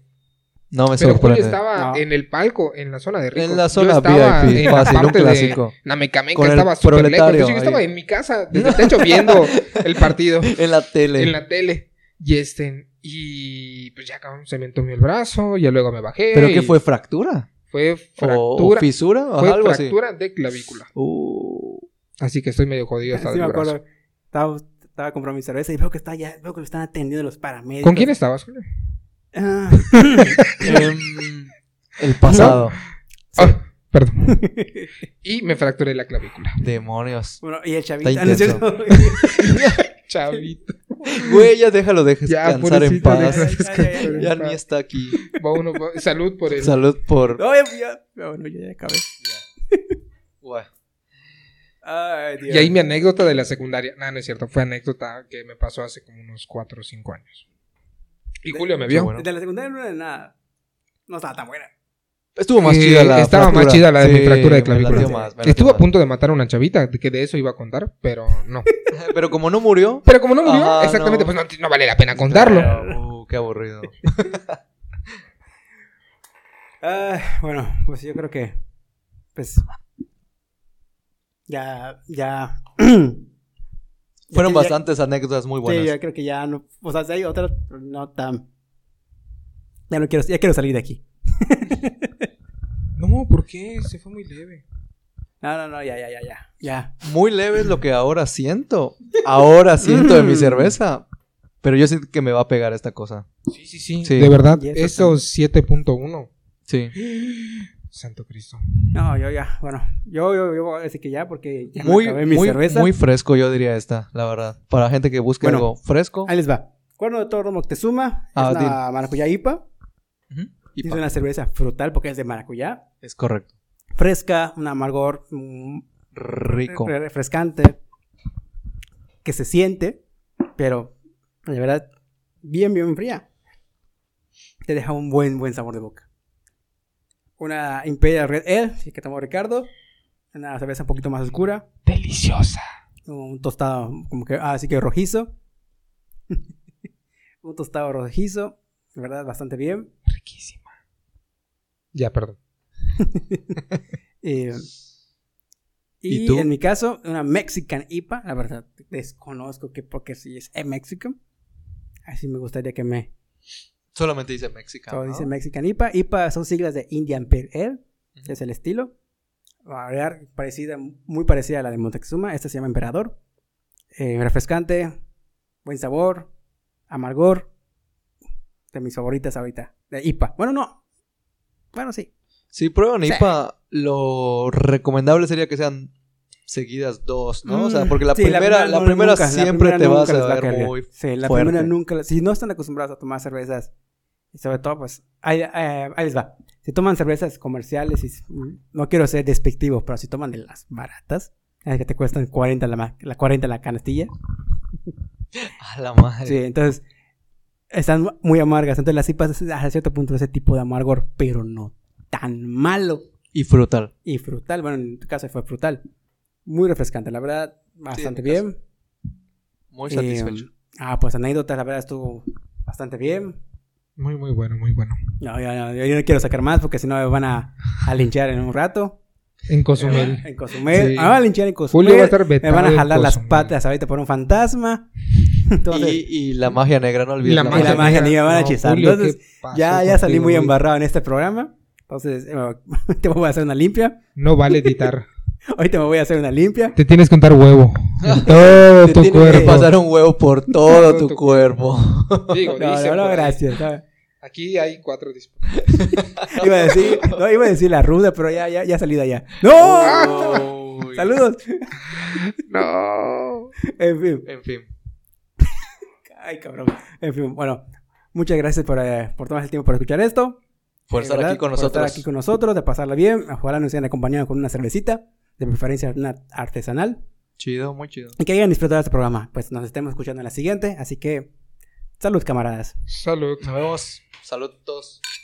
[SPEAKER 3] No me
[SPEAKER 2] Pero Julio
[SPEAKER 3] sorprende.
[SPEAKER 2] estaba
[SPEAKER 1] No.
[SPEAKER 2] en el palco, en la zona de ricos.
[SPEAKER 3] En la
[SPEAKER 2] Yo
[SPEAKER 3] zona
[SPEAKER 2] estaba
[SPEAKER 3] VIP,
[SPEAKER 2] en la
[SPEAKER 3] fácil, un
[SPEAKER 2] parte de
[SPEAKER 3] clásico.
[SPEAKER 2] Namecameca,
[SPEAKER 3] Con el
[SPEAKER 2] estaba súper lejos.
[SPEAKER 3] proletario
[SPEAKER 2] Entonces yo estaba
[SPEAKER 3] ahí.
[SPEAKER 2] en mi casa, desde el techo,
[SPEAKER 3] *laughs*
[SPEAKER 2] viendo el partido
[SPEAKER 3] En la tele.
[SPEAKER 2] en la tele. Y este, y pues ya cabrón, se me entumió el brazo, ya luego me bajé.
[SPEAKER 3] ¿Pero
[SPEAKER 2] y
[SPEAKER 3] qué fue? ¿Fractura?
[SPEAKER 2] Fue
[SPEAKER 3] ¿O-
[SPEAKER 2] fractura.
[SPEAKER 3] ¿O fisura? ¿O
[SPEAKER 2] fue
[SPEAKER 3] algo así?
[SPEAKER 2] fractura de clavícula. *laughs*
[SPEAKER 3] Uh,
[SPEAKER 2] Así que estoy medio jodido hasta
[SPEAKER 1] Sí, me
[SPEAKER 2] del brazo.
[SPEAKER 1] acuerdo. Estaba, estaba comprando mi cerveza y veo que está ya, veo que lo están atendiendo los paramédicos.
[SPEAKER 2] ¿Con quién estabas? Julio?
[SPEAKER 1] Ah, *laughs*
[SPEAKER 3] em, el pasado.
[SPEAKER 2] Ah, perdón. y me fracturé la clavícula.
[SPEAKER 3] Demonios.
[SPEAKER 1] bueno, y el chavito.
[SPEAKER 3] Está
[SPEAKER 1] ah, ¿no es
[SPEAKER 3] intenso.
[SPEAKER 1] cierto? *laughs*
[SPEAKER 2] Chavito.
[SPEAKER 3] Güey, ya déjalo, dejes
[SPEAKER 2] Pues, Ya,
[SPEAKER 3] descansar en
[SPEAKER 2] pobrecito,
[SPEAKER 3] paz.
[SPEAKER 2] deja-
[SPEAKER 3] Ya ni está aquí.
[SPEAKER 2] Va uno, va- Salud por eso.
[SPEAKER 3] Salud por...
[SPEAKER 1] No, ya, pues ya, ya, bueno, ya, ya acabé.
[SPEAKER 5] Guau.
[SPEAKER 1] Ay, Dios.
[SPEAKER 2] Y ahí mi anécdota de la secundaria. No, no es cierto. Fue anécdota que me pasó hace como unos 4 o 5 años. Y Julio me
[SPEAKER 3] Qué
[SPEAKER 2] vio.
[SPEAKER 3] bueno.
[SPEAKER 1] De la secundaria no era nada. No estaba tan buena.
[SPEAKER 3] Estuvo más
[SPEAKER 2] Eh,
[SPEAKER 3] chida la
[SPEAKER 2] Estaba
[SPEAKER 3] fractura.
[SPEAKER 2] más chida la de mi
[SPEAKER 3] Sí,
[SPEAKER 2] fractura de
[SPEAKER 3] me latió
[SPEAKER 2] clavícula.
[SPEAKER 3] más, me latió
[SPEAKER 2] Estuvo a
[SPEAKER 3] más.
[SPEAKER 2] punto de matar a una chavita, que de eso iba a contar, pero no.
[SPEAKER 3] *laughs* Pero como no murió...
[SPEAKER 2] Pero como no murió,
[SPEAKER 3] Ajá, no.
[SPEAKER 2] exactamente, pues no, no vale la pena contarlo.
[SPEAKER 3] Uh, qué aburrido.
[SPEAKER 1] Ah, bueno, pues yo creo que. Pues. Ya, ya. *clears throat*
[SPEAKER 3] Fueron
[SPEAKER 1] Ya-
[SPEAKER 3] bastantes anécdotas muy buenas.
[SPEAKER 1] Sí, yo creo que ya no. O sea, si hay otras, pero no tan. Ya no quiero, ya quiero salir de aquí.
[SPEAKER 2] No, ¿por qué? Se fue muy leve.
[SPEAKER 1] No, no, no, ya, ya, ya, ya. Ya.
[SPEAKER 3] Muy leve es lo que ahora siento. Ahora siento de
[SPEAKER 1] Mm.
[SPEAKER 3] mi cerveza. Pero yo sé que me va a pegar esta cosa.
[SPEAKER 2] Sí, sí, sí.
[SPEAKER 3] Sí.
[SPEAKER 2] De verdad,
[SPEAKER 1] Y eso
[SPEAKER 2] esos 7.1.
[SPEAKER 3] Sí.
[SPEAKER 2] Santo Cristo.
[SPEAKER 1] No, yo ya. Bueno, yo, yo, yo voy a decir que ya porque ya me
[SPEAKER 3] Muy,
[SPEAKER 1] acabé mi
[SPEAKER 3] muy,
[SPEAKER 1] cerveza.
[SPEAKER 3] muy fresco, yo diría esta, la verdad. Para gente que busque
[SPEAKER 1] Bueno.
[SPEAKER 3] algo fresco.
[SPEAKER 1] Ahí les va. Cuerno de toro Moctezuma.
[SPEAKER 3] Ah,
[SPEAKER 1] es una maracuyá IPA.
[SPEAKER 3] Ujú.
[SPEAKER 1] Es
[SPEAKER 3] Ipa.
[SPEAKER 1] una cerveza frutal porque es de maracuyá.
[SPEAKER 3] Es correcto.
[SPEAKER 1] Fresca, un amargor mm,
[SPEAKER 3] Rico.
[SPEAKER 1] re- refrescante que se siente, pero de verdad bien bien fría. Te deja un buen buen sabor de boca. Una Imperial Red Ale sí, que tomó Ricardo, una cerveza un poquito más oscura,
[SPEAKER 2] Deliciosa.
[SPEAKER 1] un tostado como que ah, así que rojizo. *laughs* un tostado rojizo, de verdad bastante bien.
[SPEAKER 2] Riquísima. Ya, perdón.
[SPEAKER 1] Eh,
[SPEAKER 3] ¿Y
[SPEAKER 1] y
[SPEAKER 3] tú?
[SPEAKER 1] en mi caso, una Mexican IPA, la verdad, desconozco que porque si es eh, Mexican. Así me gustaría que me.
[SPEAKER 3] Solamente dice mexicano.
[SPEAKER 1] Todo
[SPEAKER 3] ¿no?
[SPEAKER 1] dice Mexican IPA. IPA son siglas de Indian Pale Ale,
[SPEAKER 3] Ujú.
[SPEAKER 1] es el estilo. Variar parecida, muy parecida a la de Montezuma. Esta se llama Emperador. Eh, refrescante, buen sabor, amargor. De mis favoritas ahorita. De IPA. Bueno, no. Bueno, sí.
[SPEAKER 3] Si prueban
[SPEAKER 1] Sí.
[SPEAKER 3] IPA, lo recomendable sería que sean seguidas dos, ¿no? o sea,
[SPEAKER 1] Mm,
[SPEAKER 3] porque la
[SPEAKER 1] sí,
[SPEAKER 3] primera, la
[SPEAKER 1] no,
[SPEAKER 3] primera
[SPEAKER 1] nunca, la
[SPEAKER 3] siempre
[SPEAKER 1] primera
[SPEAKER 3] te vas
[SPEAKER 1] nunca les va
[SPEAKER 3] a ver
[SPEAKER 1] caer bien.
[SPEAKER 3] muy
[SPEAKER 1] Sí, la
[SPEAKER 3] fuerte.
[SPEAKER 1] primera nunca... la- Si no están acostumbrados a tomar cervezas, y sobre todo, pues, ahí, eh, ahí les va. Si toman cervezas comerciales, y, s- mm, no quiero ser despectivo, pero si toman de las baratas, las que te cuestan 40 la, ma- la, 40 la canastilla,
[SPEAKER 3] a la madre.
[SPEAKER 1] sí, entonces, están muy amargas. Entonces, las IPAs a cierto punto ese tipo de amargor, pero no tan malo.
[SPEAKER 3] Y frutal.
[SPEAKER 1] Y frutal, bueno, en tu caso fue frutal. Muy refrescante, la verdad, bastante
[SPEAKER 3] mi
[SPEAKER 1] bien.
[SPEAKER 3] caso. Muy
[SPEAKER 1] Eh,
[SPEAKER 3] satisfecho.
[SPEAKER 1] ah, pues anécdota, la verdad estuvo bastante bien.
[SPEAKER 2] Muy, muy bueno, muy bueno.
[SPEAKER 1] No, ya, ya, yo, yo no quiero sacar más porque si no me van a, a linchar en un rato.
[SPEAKER 2] En Cozumel.
[SPEAKER 1] En Cozumel. Me
[SPEAKER 2] Sí.
[SPEAKER 1] van a linchar Eh, en Cozumel.
[SPEAKER 2] Julio va a estar
[SPEAKER 1] me
[SPEAKER 2] vetado
[SPEAKER 1] van a
[SPEAKER 2] en
[SPEAKER 1] jalar las
[SPEAKER 2] Cozumel.
[SPEAKER 1] patas ahorita por un fantasma. *laughs* Entonces,
[SPEAKER 3] y, y la magia negra, no olvides.
[SPEAKER 2] Y la magia
[SPEAKER 1] la magia negra, van a hechizar.
[SPEAKER 2] Julio,
[SPEAKER 1] Entonces,
[SPEAKER 2] ¿qué pasó
[SPEAKER 1] ya, ya salí
[SPEAKER 2] contigo,
[SPEAKER 1] muy
[SPEAKER 2] güey?
[SPEAKER 1] embarrado en este programa. Entonces, eh, *laughs* te voy a hacer una limpia. *laughs*
[SPEAKER 2] No vale editar.
[SPEAKER 1] Ahorita me voy a hacer una limpia.
[SPEAKER 2] Te tienes que untar huevo.
[SPEAKER 1] *laughs*
[SPEAKER 2] en todo
[SPEAKER 3] Te
[SPEAKER 2] tu
[SPEAKER 3] tiene *laughs* que
[SPEAKER 2] cuerpo.
[SPEAKER 3] pasar un huevo Eh, *laughs* por todo
[SPEAKER 2] Todo
[SPEAKER 3] tu
[SPEAKER 2] tu
[SPEAKER 3] cuerpo.
[SPEAKER 2] Digo,
[SPEAKER 1] No, no,
[SPEAKER 2] dicen
[SPEAKER 1] no,
[SPEAKER 2] por ahí.
[SPEAKER 1] gracias. ¿sabes?
[SPEAKER 2] Aquí hay cuatro disparos.
[SPEAKER 1] Iba a decir, no, iba a decir la ruda, pero ya, ya, ya salí de allá. ¡No! *laughs*
[SPEAKER 3] Uy.
[SPEAKER 1] Saludos.
[SPEAKER 2] No.
[SPEAKER 1] En fin.
[SPEAKER 3] En fin.
[SPEAKER 1] Ay, cabrón. En fin, bueno, muchas gracias por, eh, por tomarse el tiempo para escuchar esto.
[SPEAKER 3] Por
[SPEAKER 1] De
[SPEAKER 3] estar
[SPEAKER 1] verdad,
[SPEAKER 3] aquí con
[SPEAKER 1] Por estar
[SPEAKER 3] nosotros.
[SPEAKER 1] aquí con nosotros, de pasarla bien. Ojalá nos hayan acompañado con una cervecita, de preferencia una artesanal.
[SPEAKER 3] Chido, muy chido.
[SPEAKER 1] Y que hayan disfrutado este programa. Pues nos estemos escuchando en la siguiente. Así que, salud, camaradas.
[SPEAKER 2] Salud.
[SPEAKER 3] Nos vemos. Saludos.